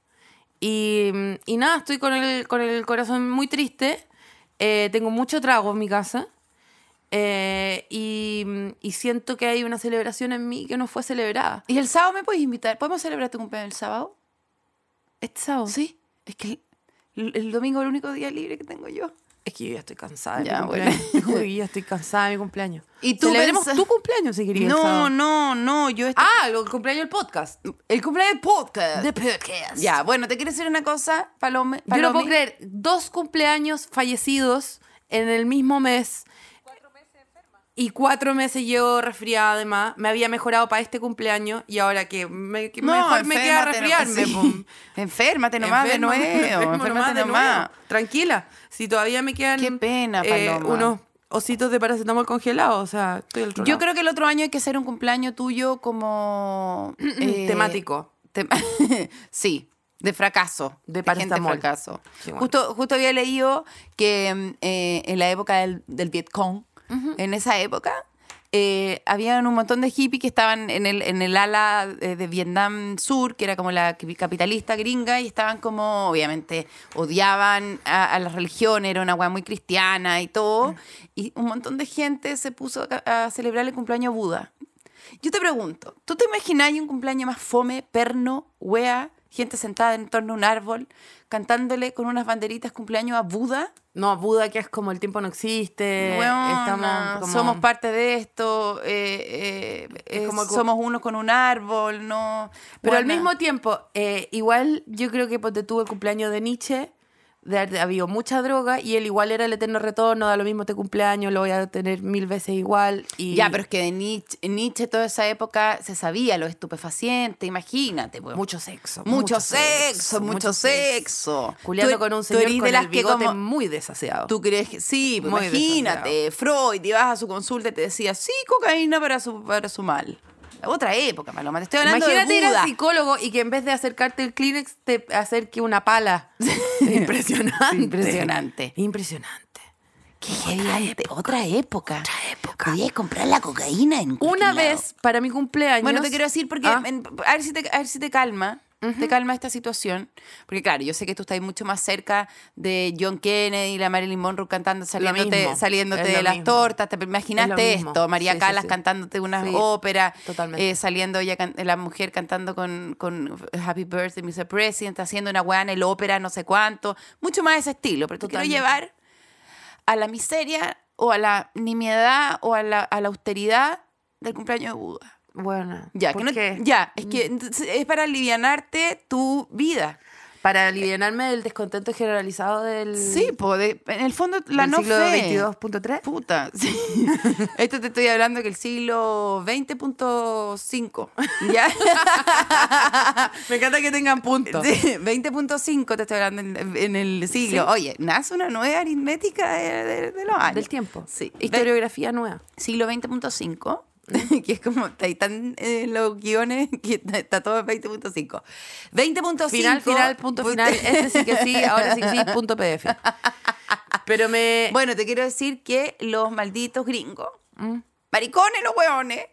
[SPEAKER 4] Y, y nada, estoy con el, con el corazón muy triste. eh, tengo mucho trago en mi casa. eh, y, y siento que hay una celebración en mí que no fue celebrada.
[SPEAKER 2] ¿Y el sábado me puedes invitar? ¿Podemos celebrar tu cumpleaños el sábado?
[SPEAKER 4] Este sábado.
[SPEAKER 2] Sí. Es que el, el domingo es el único día libre que tengo yo.
[SPEAKER 4] Es que yo ya estoy cansada. de mi
[SPEAKER 2] Ya, bueno.
[SPEAKER 4] cumpleaños. Uy, ya estoy cansada de mi cumpleaños.
[SPEAKER 2] Y tú
[SPEAKER 4] Celebremos
[SPEAKER 2] pensás-
[SPEAKER 4] tu cumpleaños si querías. el
[SPEAKER 2] No,
[SPEAKER 4] sábado.
[SPEAKER 2] no, no. Yo este-
[SPEAKER 4] Ah, el cumpleaños del podcast.
[SPEAKER 2] el cumpleaños del podcast.
[SPEAKER 4] De podcast.
[SPEAKER 2] Ya, bueno, te quiero decir una cosa, Palome.
[SPEAKER 4] Yo no
[SPEAKER 2] Palomi.
[SPEAKER 4] puedo creer, dos cumpleaños fallecidos en el mismo mes. Cuatro meses enferma. Y cuatro meses llevo resfriada además. Me había mejorado para este cumpleaños y ahora que, me, que mejor me queda
[SPEAKER 2] enférmate, no-
[SPEAKER 4] resfriarme.
[SPEAKER 2] sí.
[SPEAKER 4] pum.
[SPEAKER 2] Enférmate nomás
[SPEAKER 4] Enfermo,
[SPEAKER 2] de nuevo.
[SPEAKER 4] enfermo
[SPEAKER 2] Enférmate
[SPEAKER 4] de
[SPEAKER 2] nomás.
[SPEAKER 4] nuevo. Tranquila. Si todavía me quedan eh,
[SPEAKER 2] Qué pena, Paloma.
[SPEAKER 4] unos ositos de paracetamol congelado, o sea, estoy al otro
[SPEAKER 2] Yo
[SPEAKER 4] lado.
[SPEAKER 2] creo que el otro año hay que hacer un cumpleaños tuyo como eh,
[SPEAKER 4] temático.
[SPEAKER 2] tem- sí, de fracaso.
[SPEAKER 4] De
[SPEAKER 2] gente
[SPEAKER 4] paracetamol.
[SPEAKER 2] fracaso.
[SPEAKER 4] Sí, bueno.
[SPEAKER 2] justo, justo había leído que mm, eh, en la época del, del Vietcong, en esa época, eh, habían un montón de hippies que estaban en el, en el ala eh, de Vietnam Sur, que era como la qui- capitalista gringa, y estaban como, obviamente, odiaban a, a las religiones, era una weá muy cristiana y todo. Y un montón de gente se puso a, a celebrar el cumpleaños a Buda. Yo te pregunto, ¿tú te imaginas un cumpleaños más fome, perno, wea, gente sentada en torno a un árbol, cantándole con unas banderitas cumpleaños a Buda?
[SPEAKER 4] No, Buda, que es como el tiempo no existe.
[SPEAKER 2] Weona,
[SPEAKER 4] Eh, estamos como-
[SPEAKER 2] somos parte de esto, eh, eh,
[SPEAKER 4] Es
[SPEAKER 2] eh,
[SPEAKER 4] como algo-
[SPEAKER 2] somos unos con un árbol, no.
[SPEAKER 4] Pero al
[SPEAKER 2] Weona,
[SPEAKER 4] mismo tiempo, eh, igual yo creo que ponte tú el cumpleaños de Nietzsche, de, haber habido mucha droga y él igual era el eterno retorno, da lo mismo este cumpleaños, lo voy a tener mil veces igual. Y
[SPEAKER 2] Ya, pero es que de Nietzsche, Nietzsche toda esa época se sabía lo estupefaciente, imagínate. pues.
[SPEAKER 4] mucho sexo.
[SPEAKER 2] mucho, sexo, mucho sexo.
[SPEAKER 4] Culeando
[SPEAKER 2] Tú-
[SPEAKER 4] con un
[SPEAKER 2] tú
[SPEAKER 4] señor
[SPEAKER 2] eres de
[SPEAKER 4] con
[SPEAKER 2] las
[SPEAKER 4] el
[SPEAKER 2] que
[SPEAKER 4] bigote
[SPEAKER 2] como-
[SPEAKER 4] muy desaseado.
[SPEAKER 2] ¿Tú crees que sí? pues,
[SPEAKER 4] Muy
[SPEAKER 2] imagínate, Freud, ibas a su consulta y te decía, sí, cocaína para su, para su mal. Otra época, Paloma, te estoy hablando
[SPEAKER 4] Imagínate
[SPEAKER 2] de
[SPEAKER 4] ir
[SPEAKER 2] Buda.
[SPEAKER 4] al psicólogo y que en vez de acercarte el Kleenex te acerque una pala. impresionante.
[SPEAKER 2] Impresionante.
[SPEAKER 4] Impresionante.
[SPEAKER 2] Qué heavy, otra época.
[SPEAKER 4] Otra época.
[SPEAKER 2] Podías comprar la cocaína en cualquier
[SPEAKER 4] Una
[SPEAKER 2] lado.
[SPEAKER 4] vez, para mi cumpleaños...
[SPEAKER 2] Bueno, te quiero decir porque
[SPEAKER 4] Ah.
[SPEAKER 2] en- a, ver si te, a ver si te calma. Te calma esta situación. Porque, claro, yo sé que tú estás mucho más cerca de John Kennedy y la Marilyn Monroe cantando, saliéndote,
[SPEAKER 4] mismo,
[SPEAKER 2] saliéndote
[SPEAKER 4] es lo
[SPEAKER 2] de las
[SPEAKER 4] mismo.
[SPEAKER 2] tortas. Te
[SPEAKER 4] Es
[SPEAKER 2] imaginaste
[SPEAKER 4] lo mismo.
[SPEAKER 2] esto. María
[SPEAKER 4] Sí, sí,
[SPEAKER 2] Calas
[SPEAKER 4] sí.
[SPEAKER 2] cantándote una
[SPEAKER 4] Sí,
[SPEAKER 2] ópera.
[SPEAKER 4] totalmente.
[SPEAKER 2] eh, saliendo ella, can- la mujer cantando con, con Happy Birthday, Mr. President, haciendo una weá en el ópera, no sé cuánto. Mucho más ese estilo. Pero te
[SPEAKER 4] Totalmente.
[SPEAKER 2] quiero llevar a la miseria o a la nimiedad o a la, a la austeridad del cumpleaños de Buda.
[SPEAKER 4] Bueno,
[SPEAKER 2] Ya, que
[SPEAKER 4] ¿por
[SPEAKER 2] no-
[SPEAKER 4] qué? Mm.
[SPEAKER 2] ya, es que entonces, es para alivianarte tu vida.
[SPEAKER 4] Para aliviarme del descontento generalizado del...
[SPEAKER 2] Sí, po, de- en el fondo la
[SPEAKER 4] del
[SPEAKER 2] no
[SPEAKER 4] siglo
[SPEAKER 2] fe.
[SPEAKER 4] 22.3.
[SPEAKER 2] Puta, sí. Esto te estoy hablando que el siglo 20.5, ¿ya?
[SPEAKER 4] Me encanta que tengan puntos.
[SPEAKER 2] Sí, 20.5 te estoy hablando en, en el siglo.
[SPEAKER 4] Sí.
[SPEAKER 2] Oye, nace una nueva aritmética de, de- de los años.
[SPEAKER 4] Del tiempo.
[SPEAKER 2] Sí.
[SPEAKER 4] Historiografía nueva.
[SPEAKER 2] siglo 20.5,
[SPEAKER 4] Mm.
[SPEAKER 2] que es como está ahí tan eh, los guiones que está, está todo en 20.5. 20.5.
[SPEAKER 4] Final, final, punto
[SPEAKER 2] put-
[SPEAKER 4] final. Este sí que sí, ahora sí que sí, punto PDF. Pero me...
[SPEAKER 2] Bueno, te quiero decir que los malditos gringos,
[SPEAKER 4] Mm.
[SPEAKER 2] maricones los hueones,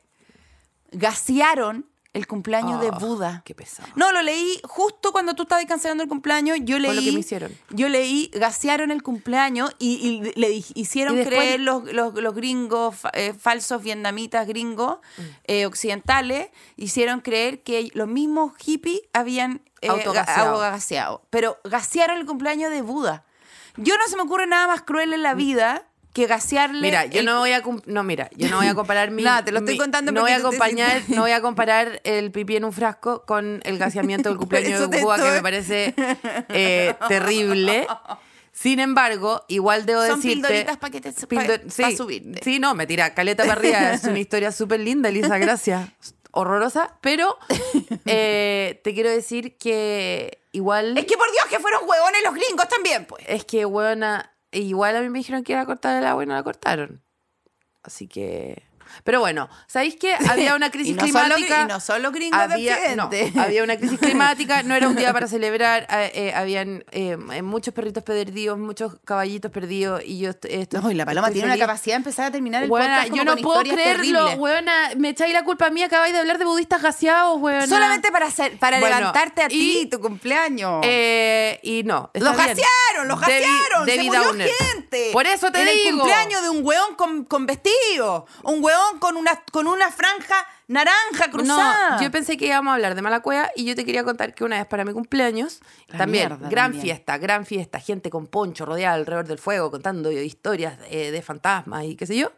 [SPEAKER 2] gasearon el cumpleaños de
[SPEAKER 4] Ah,
[SPEAKER 2] Buda.
[SPEAKER 4] Qué pesado.
[SPEAKER 2] No, lo leí justo cuando tú estabas cancelando el cumpleaños. Yo leí.
[SPEAKER 4] Fue lo que me hicieron.
[SPEAKER 2] Yo leí, gasearon el cumpleaños y, y le di- hicieron
[SPEAKER 4] Y después-
[SPEAKER 2] creer los, los- los gringos, fa- eh, falsos vietnamitas gringos,
[SPEAKER 4] Mm.
[SPEAKER 2] eh, occidentales, hicieron creer que los mismos hippies habían eh,
[SPEAKER 4] Autogaseado.
[SPEAKER 2] ga- autogaseado. Pero gasearon el cumpleaños de Buda. Yo no se me ocurre nada más cruel en la vida que gasearle.
[SPEAKER 4] Mm. Mira, yo
[SPEAKER 2] el-
[SPEAKER 4] no voy a comp- no mira, yo no voy a comparar mi
[SPEAKER 2] Nada, te lo estoy
[SPEAKER 4] mi-
[SPEAKER 2] contando
[SPEAKER 4] no voy a
[SPEAKER 2] porque tú te
[SPEAKER 4] acompañar,
[SPEAKER 2] sientes-
[SPEAKER 4] no voy a comparar el pipí en un frasco con el gaseamiento del
[SPEAKER 2] eso
[SPEAKER 4] cumpleaños de
[SPEAKER 2] te
[SPEAKER 4] Cuba que
[SPEAKER 2] estoy-
[SPEAKER 4] me parece eh, terrible. Sin embargo, igual debo
[SPEAKER 2] Son
[SPEAKER 4] decirte
[SPEAKER 2] pildoritas pa' que te- pa-
[SPEAKER 4] Pildo-
[SPEAKER 2] pa' subirte.
[SPEAKER 4] Sí, no, me tira caleta para arriba, es una historia súper linda, Elisa, gracias. Horrorosa, pero eh, te quiero decir que igual
[SPEAKER 2] Es que por Dios que fueron huevones los gringos también, pues.
[SPEAKER 4] es que, huevona, igual a mí me dijeron que iba a cortar el agua y no la cortaron. Así que... Pero bueno, ¿sabéis qué? Había una crisis
[SPEAKER 2] Y no son los gri-
[SPEAKER 4] climática.
[SPEAKER 2] y no son los gringos de
[SPEAKER 4] había, no,
[SPEAKER 2] Occidente.
[SPEAKER 4] había una crisis climática, no era un día para celebrar. eh, eh, habían eh, muchos perritos perdidos, muchos caballitos perdidos. Y yo est- estoy-
[SPEAKER 2] No, y la paloma
[SPEAKER 4] estoy
[SPEAKER 2] tiene una
[SPEAKER 4] feliz.
[SPEAKER 2] capacidad de empezar a terminar el
[SPEAKER 4] Huevona,
[SPEAKER 2] podcast como
[SPEAKER 4] yo no
[SPEAKER 2] con
[SPEAKER 4] puedo
[SPEAKER 2] historias
[SPEAKER 4] creerlo,
[SPEAKER 2] terribles.
[SPEAKER 4] huevona. Me echáis la culpa a mí, acabáis de hablar de budistas gaseados, huevona.
[SPEAKER 2] Solamente para, hacer, para
[SPEAKER 4] Bueno,
[SPEAKER 2] levantarte a
[SPEAKER 4] y-
[SPEAKER 2] ti, tu cumpleaños.
[SPEAKER 4] Eh, y no. está
[SPEAKER 2] los
[SPEAKER 4] bien.
[SPEAKER 2] gasearon, los
[SPEAKER 4] Debbie-
[SPEAKER 2] gasearon.
[SPEAKER 4] Debbie
[SPEAKER 2] se murió
[SPEAKER 4] Downer.
[SPEAKER 2] gente.
[SPEAKER 4] Por eso te
[SPEAKER 2] En
[SPEAKER 4] digo.
[SPEAKER 2] El cumpleaños de un hueón con, con vestido. Un hueón con una, con una franja naranja cruzada.
[SPEAKER 4] No, yo pensé que íbamos a hablar de Malacuea y yo te quería contar que una vez para mi cumpleaños,
[SPEAKER 2] La
[SPEAKER 4] también,
[SPEAKER 2] mierda
[SPEAKER 4] gran
[SPEAKER 2] también.
[SPEAKER 4] fiesta, gran fiesta, gente con poncho rodeada alrededor del fuego contando historias eh, de fantasmas y qué sé yo.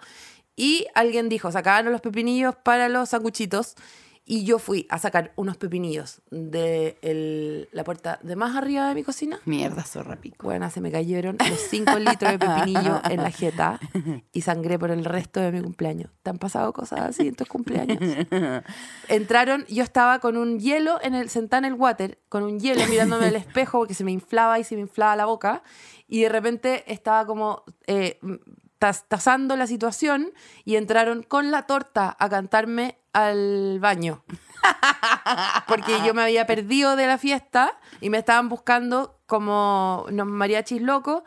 [SPEAKER 4] Y alguien dijo, sacaban los pepinillos para los sanguchitos. Y yo fui a sacar unos pepinillos de el- la puerta de más arriba de mi cocina.
[SPEAKER 2] Mierda, zorra pico.
[SPEAKER 4] Bueno, se me cayeron los 5 litros de pepinillo en la jeta y sangré por el resto de mi cumpleaños. ¿Te han pasado cosas así en tus cumpleaños? Entraron, yo estaba con un hielo en el, sentada en el water, con un hielo mirándome al espejo porque se me inflaba y se me inflaba la boca y de repente estaba como eh, tas- tasando la situación y entraron con la torta a cantarme al baño porque yo me había perdido de la fiesta y me estaban buscando como unos mariachis locos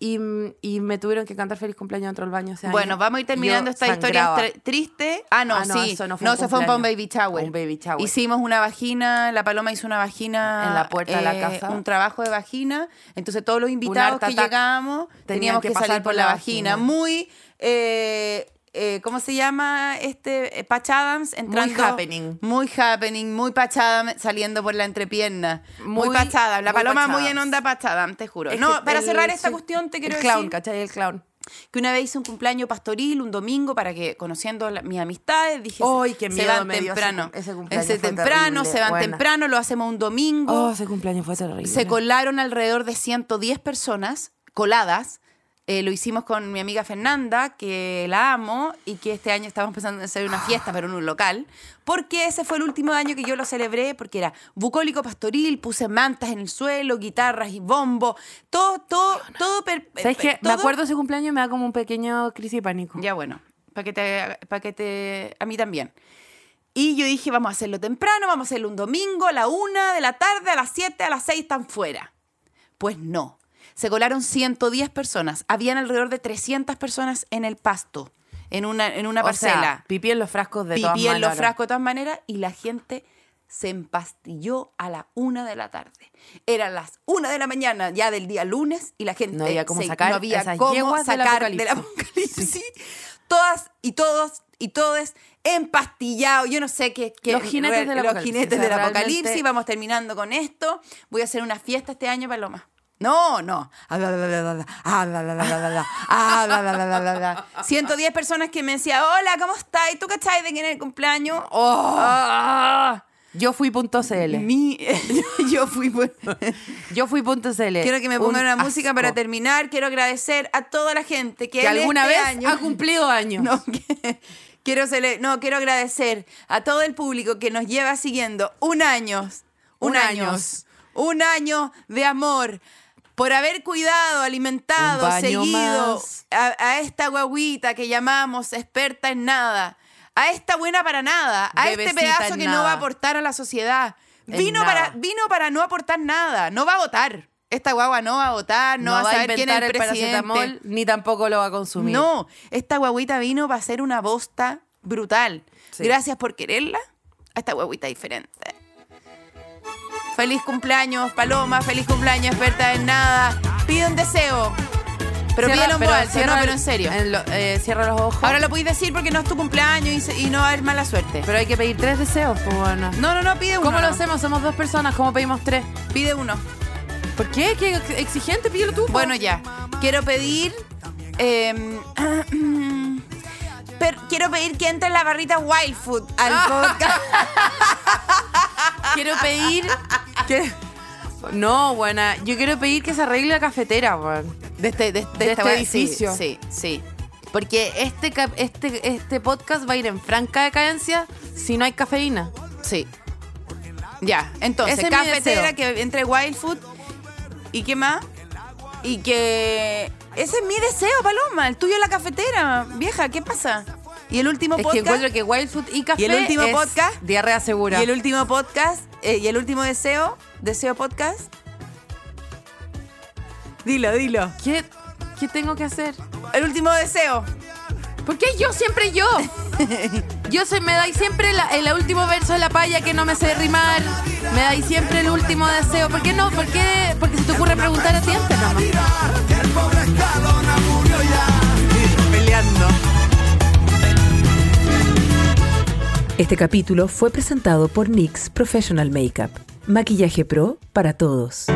[SPEAKER 4] y, y me tuvieron que cantar feliz cumpleaños dentro del baño. ese año.
[SPEAKER 2] Bueno, vamos a ir terminando
[SPEAKER 4] Yo
[SPEAKER 2] esta
[SPEAKER 4] sangraba.
[SPEAKER 2] historia tr- triste. Ah, no,
[SPEAKER 4] Ah, no,
[SPEAKER 2] sí.
[SPEAKER 4] eso
[SPEAKER 2] no,
[SPEAKER 4] no
[SPEAKER 2] se
[SPEAKER 4] fue
[SPEAKER 2] fue
[SPEAKER 4] un
[SPEAKER 2] para un
[SPEAKER 4] cumpleaños.
[SPEAKER 2] baby shower.
[SPEAKER 4] Un baby shower.
[SPEAKER 2] Hicimos una vagina, la paloma hizo una vagina. eh,
[SPEAKER 4] En la puerta de la casa.
[SPEAKER 2] Un trabajo de vagina. Entonces todos los invitados
[SPEAKER 4] art
[SPEAKER 2] que
[SPEAKER 4] attack.
[SPEAKER 2] llegábamos teníamos
[SPEAKER 4] Tenían
[SPEAKER 2] que,
[SPEAKER 4] que
[SPEAKER 2] salir
[SPEAKER 4] pasar
[SPEAKER 2] por la vagina.
[SPEAKER 4] vagina.
[SPEAKER 2] Muy... eh, eh, ¿Cómo se llama este? Eh, Patch Adams entrando.
[SPEAKER 4] happening.
[SPEAKER 2] Muy happening, muy Patch Adams saliendo por la entrepierna. Muy,
[SPEAKER 4] Muy-
[SPEAKER 2] pachada. La
[SPEAKER 4] muy
[SPEAKER 2] paloma
[SPEAKER 4] Patch
[SPEAKER 2] muy en
[SPEAKER 4] Adams.
[SPEAKER 2] onda Patch Adams, te juro.
[SPEAKER 4] Es
[SPEAKER 2] no,
[SPEAKER 4] que
[SPEAKER 2] para
[SPEAKER 4] el-
[SPEAKER 2] cerrar esta
[SPEAKER 4] sí,
[SPEAKER 2] cuestión te quiero
[SPEAKER 4] el clown,
[SPEAKER 2] decir
[SPEAKER 4] ¿cachai? El clown.
[SPEAKER 2] que una vez hice un cumpleaños pastoril, un domingo, para que, conociendo la- mis amistades, dije,
[SPEAKER 4] ¡Ay,
[SPEAKER 2] se-
[SPEAKER 4] qué
[SPEAKER 2] se
[SPEAKER 4] miedo
[SPEAKER 2] van
[SPEAKER 4] me dio ese
[SPEAKER 2] temprano.
[SPEAKER 4] cum- ese cumpleaños fue
[SPEAKER 2] temprano,
[SPEAKER 4] terrible,
[SPEAKER 2] se van
[SPEAKER 4] buena.
[SPEAKER 2] temprano, lo hacemos un domingo.
[SPEAKER 4] Oh, ese cumpleaños fue terrible.
[SPEAKER 2] se colaron alrededor de 110 personas coladas. Eh, lo hicimos con mi amiga Fernanda, que la amo, y que este año estamos pensando en hacer una fiesta, pero en un local, porque ese fue el último año que yo lo celebré, porque era bucólico pastoril, puse mantas en el suelo, guitarras y bombo, todo, todo, todo... per- eh,
[SPEAKER 4] ¿Sabes qué? Me
[SPEAKER 2] todo-
[SPEAKER 4] acuerdo ese cumpleaños y me da como un pequeño crisis de pánico.
[SPEAKER 2] ya bueno, para que, te, pa' que te... A mí también. Y yo dije, vamos a hacerlo temprano, vamos a hacerlo un domingo, a la una de la tarde, a las 7, a las 6 están fuera. Pues no. Se colaron 110 personas. Habían alrededor de 300 personas en el pasto, en una, en una
[SPEAKER 4] O sea,
[SPEAKER 2] parcela
[SPEAKER 4] pipí en los frascos de
[SPEAKER 2] pipí
[SPEAKER 4] todas
[SPEAKER 2] en los
[SPEAKER 4] maneras.
[SPEAKER 2] frascos de todas maneras y la gente se empastilló a la una de la tarde. Eran las una de la mañana ya del día lunes y la gente
[SPEAKER 4] No había cómo
[SPEAKER 2] se-
[SPEAKER 4] sacar
[SPEAKER 2] no había
[SPEAKER 4] esas
[SPEAKER 2] cómo
[SPEAKER 4] yeguas del
[SPEAKER 2] sacar del
[SPEAKER 4] apocalipsis.
[SPEAKER 2] apocalipsis. Todas y todos y todes empastillados. Yo no sé qué. qué-
[SPEAKER 4] Los jinetes
[SPEAKER 2] real-
[SPEAKER 4] del
[SPEAKER 2] los
[SPEAKER 4] apocalipsis.
[SPEAKER 2] jinetes
[SPEAKER 4] O sea,
[SPEAKER 2] del
[SPEAKER 4] realmente-
[SPEAKER 2] apocalipsis. Vamos terminando con esto. Voy a hacer una fiesta este año, Paloma. No, no. Ah, bla, bla, bla, bla, bla. Ah, bla, bla, bla, bla, bla. Ah, bla, bla, bla, bla, bla, bla. 110 personas que me decían, hola, ¿cómo estás? ¿Y tú cachai de quién es el cumpleaños? Ah.
[SPEAKER 4] ¡Oh! Yo fui punto .cl.
[SPEAKER 2] Mi- yo fui por-
[SPEAKER 4] Yo fui punto .cl.
[SPEAKER 2] Quiero que me
[SPEAKER 4] Eh, Un
[SPEAKER 2] pongan una música para
[SPEAKER 4] asco.
[SPEAKER 2] terminar. Quiero agradecer a toda la gente que,
[SPEAKER 4] Que
[SPEAKER 2] en
[SPEAKER 4] alguna
[SPEAKER 2] este
[SPEAKER 4] vez
[SPEAKER 2] año-
[SPEAKER 4] ha cumplido años.
[SPEAKER 2] No, que- quiero, cele- no, quiero agradecer a todo el público que nos lleva siguiendo un año, un,
[SPEAKER 4] Un
[SPEAKER 2] año,
[SPEAKER 4] años.
[SPEAKER 2] un año de amor. Por haber cuidado, alimentado,
[SPEAKER 4] Un baño
[SPEAKER 2] seguido
[SPEAKER 4] más.
[SPEAKER 2] a, a esta guaguita que llamamos experta en nada, a esta buena para nada, a este
[SPEAKER 4] Bebecita
[SPEAKER 2] pedazo
[SPEAKER 4] en
[SPEAKER 2] que no
[SPEAKER 4] nada.
[SPEAKER 2] va a aportar a la sociedad.
[SPEAKER 4] En
[SPEAKER 2] Vino para,
[SPEAKER 4] nada.
[SPEAKER 2] vino para no aportar nada, no va a votar. Esta guagua no va a votar, no, va a saber quién es el, presidente.
[SPEAKER 4] paracetamol, ni tampoco lo va a consumir.
[SPEAKER 2] No, esta guaguita vino va a ser una bosta brutal.
[SPEAKER 4] Sí.
[SPEAKER 2] Gracias por quererla a esta guaguita diferente. Feliz cumpleaños, Paloma. Feliz cumpleaños, experta en nada. Pide un deseo. Pero
[SPEAKER 4] Cierra-
[SPEAKER 2] pídelo en voz alta,
[SPEAKER 4] cierra
[SPEAKER 2] no, pero en
[SPEAKER 4] el-
[SPEAKER 2] serio.
[SPEAKER 4] lo- eh, cierra los ojos.
[SPEAKER 2] Ahora lo podéis decir porque no es tu cumpleaños y, se- y no va a haber mala suerte.
[SPEAKER 4] Pero hay que pedir tres deseos, pues bueno.
[SPEAKER 2] No, no, no, pide uno.
[SPEAKER 4] ¿Cómo lo
[SPEAKER 2] no.
[SPEAKER 4] hacemos? Somos dos personas, ¿cómo pedimos tres?
[SPEAKER 2] Pide uno.
[SPEAKER 4] ¿Por qué? ¿Qué ex- exigente? Pídelo tú. pues. po.
[SPEAKER 2] Bueno, ya. Quiero pedir. eh, per- quiero pedir que entre la barrita Wild Food al podcast.
[SPEAKER 4] quiero pedir que... No, buena. Yo quiero pedir que se arregle la cafetera, weón.
[SPEAKER 2] De este, de,
[SPEAKER 4] De
[SPEAKER 2] esta
[SPEAKER 4] este
[SPEAKER 2] wea-
[SPEAKER 4] edificio.
[SPEAKER 2] Sí, sí. sí.
[SPEAKER 4] Porque este, cap- este, este podcast va a ir en franca decadencia si no hay cafeína.
[SPEAKER 2] sí. Ya, entonces,
[SPEAKER 4] Ese es mi
[SPEAKER 2] cafetera
[SPEAKER 4] deseo.
[SPEAKER 2] que entre Wild Food y qué más. Y que. Ese es mi deseo, Paloma. El tuyo es la cafetera. Vieja, ¿qué pasa? Y el último
[SPEAKER 4] Es que
[SPEAKER 2] podcast.
[SPEAKER 4] encuentro que Wild Food y café
[SPEAKER 2] Y el último
[SPEAKER 4] es
[SPEAKER 2] podcast.
[SPEAKER 4] diarrea segura.
[SPEAKER 2] y el último podcast. eh, y el último deseo. Deseo podcast. Dilo, dilo.
[SPEAKER 4] ¿Qué, ¿Qué tengo que hacer?
[SPEAKER 2] El último deseo.
[SPEAKER 4] ¿Por qué yo? Siempre yo. Yo se me dais siempre la- el último verso de la palla que no me sé rimar. Me dais siempre el último deseo. ¿Por qué no? ¿Por qué? Porque se te ocurre preguntar a ti antes nomás.
[SPEAKER 1] Este capítulo fue presentado por NYX Professional Makeup. Maquillaje pro para todos.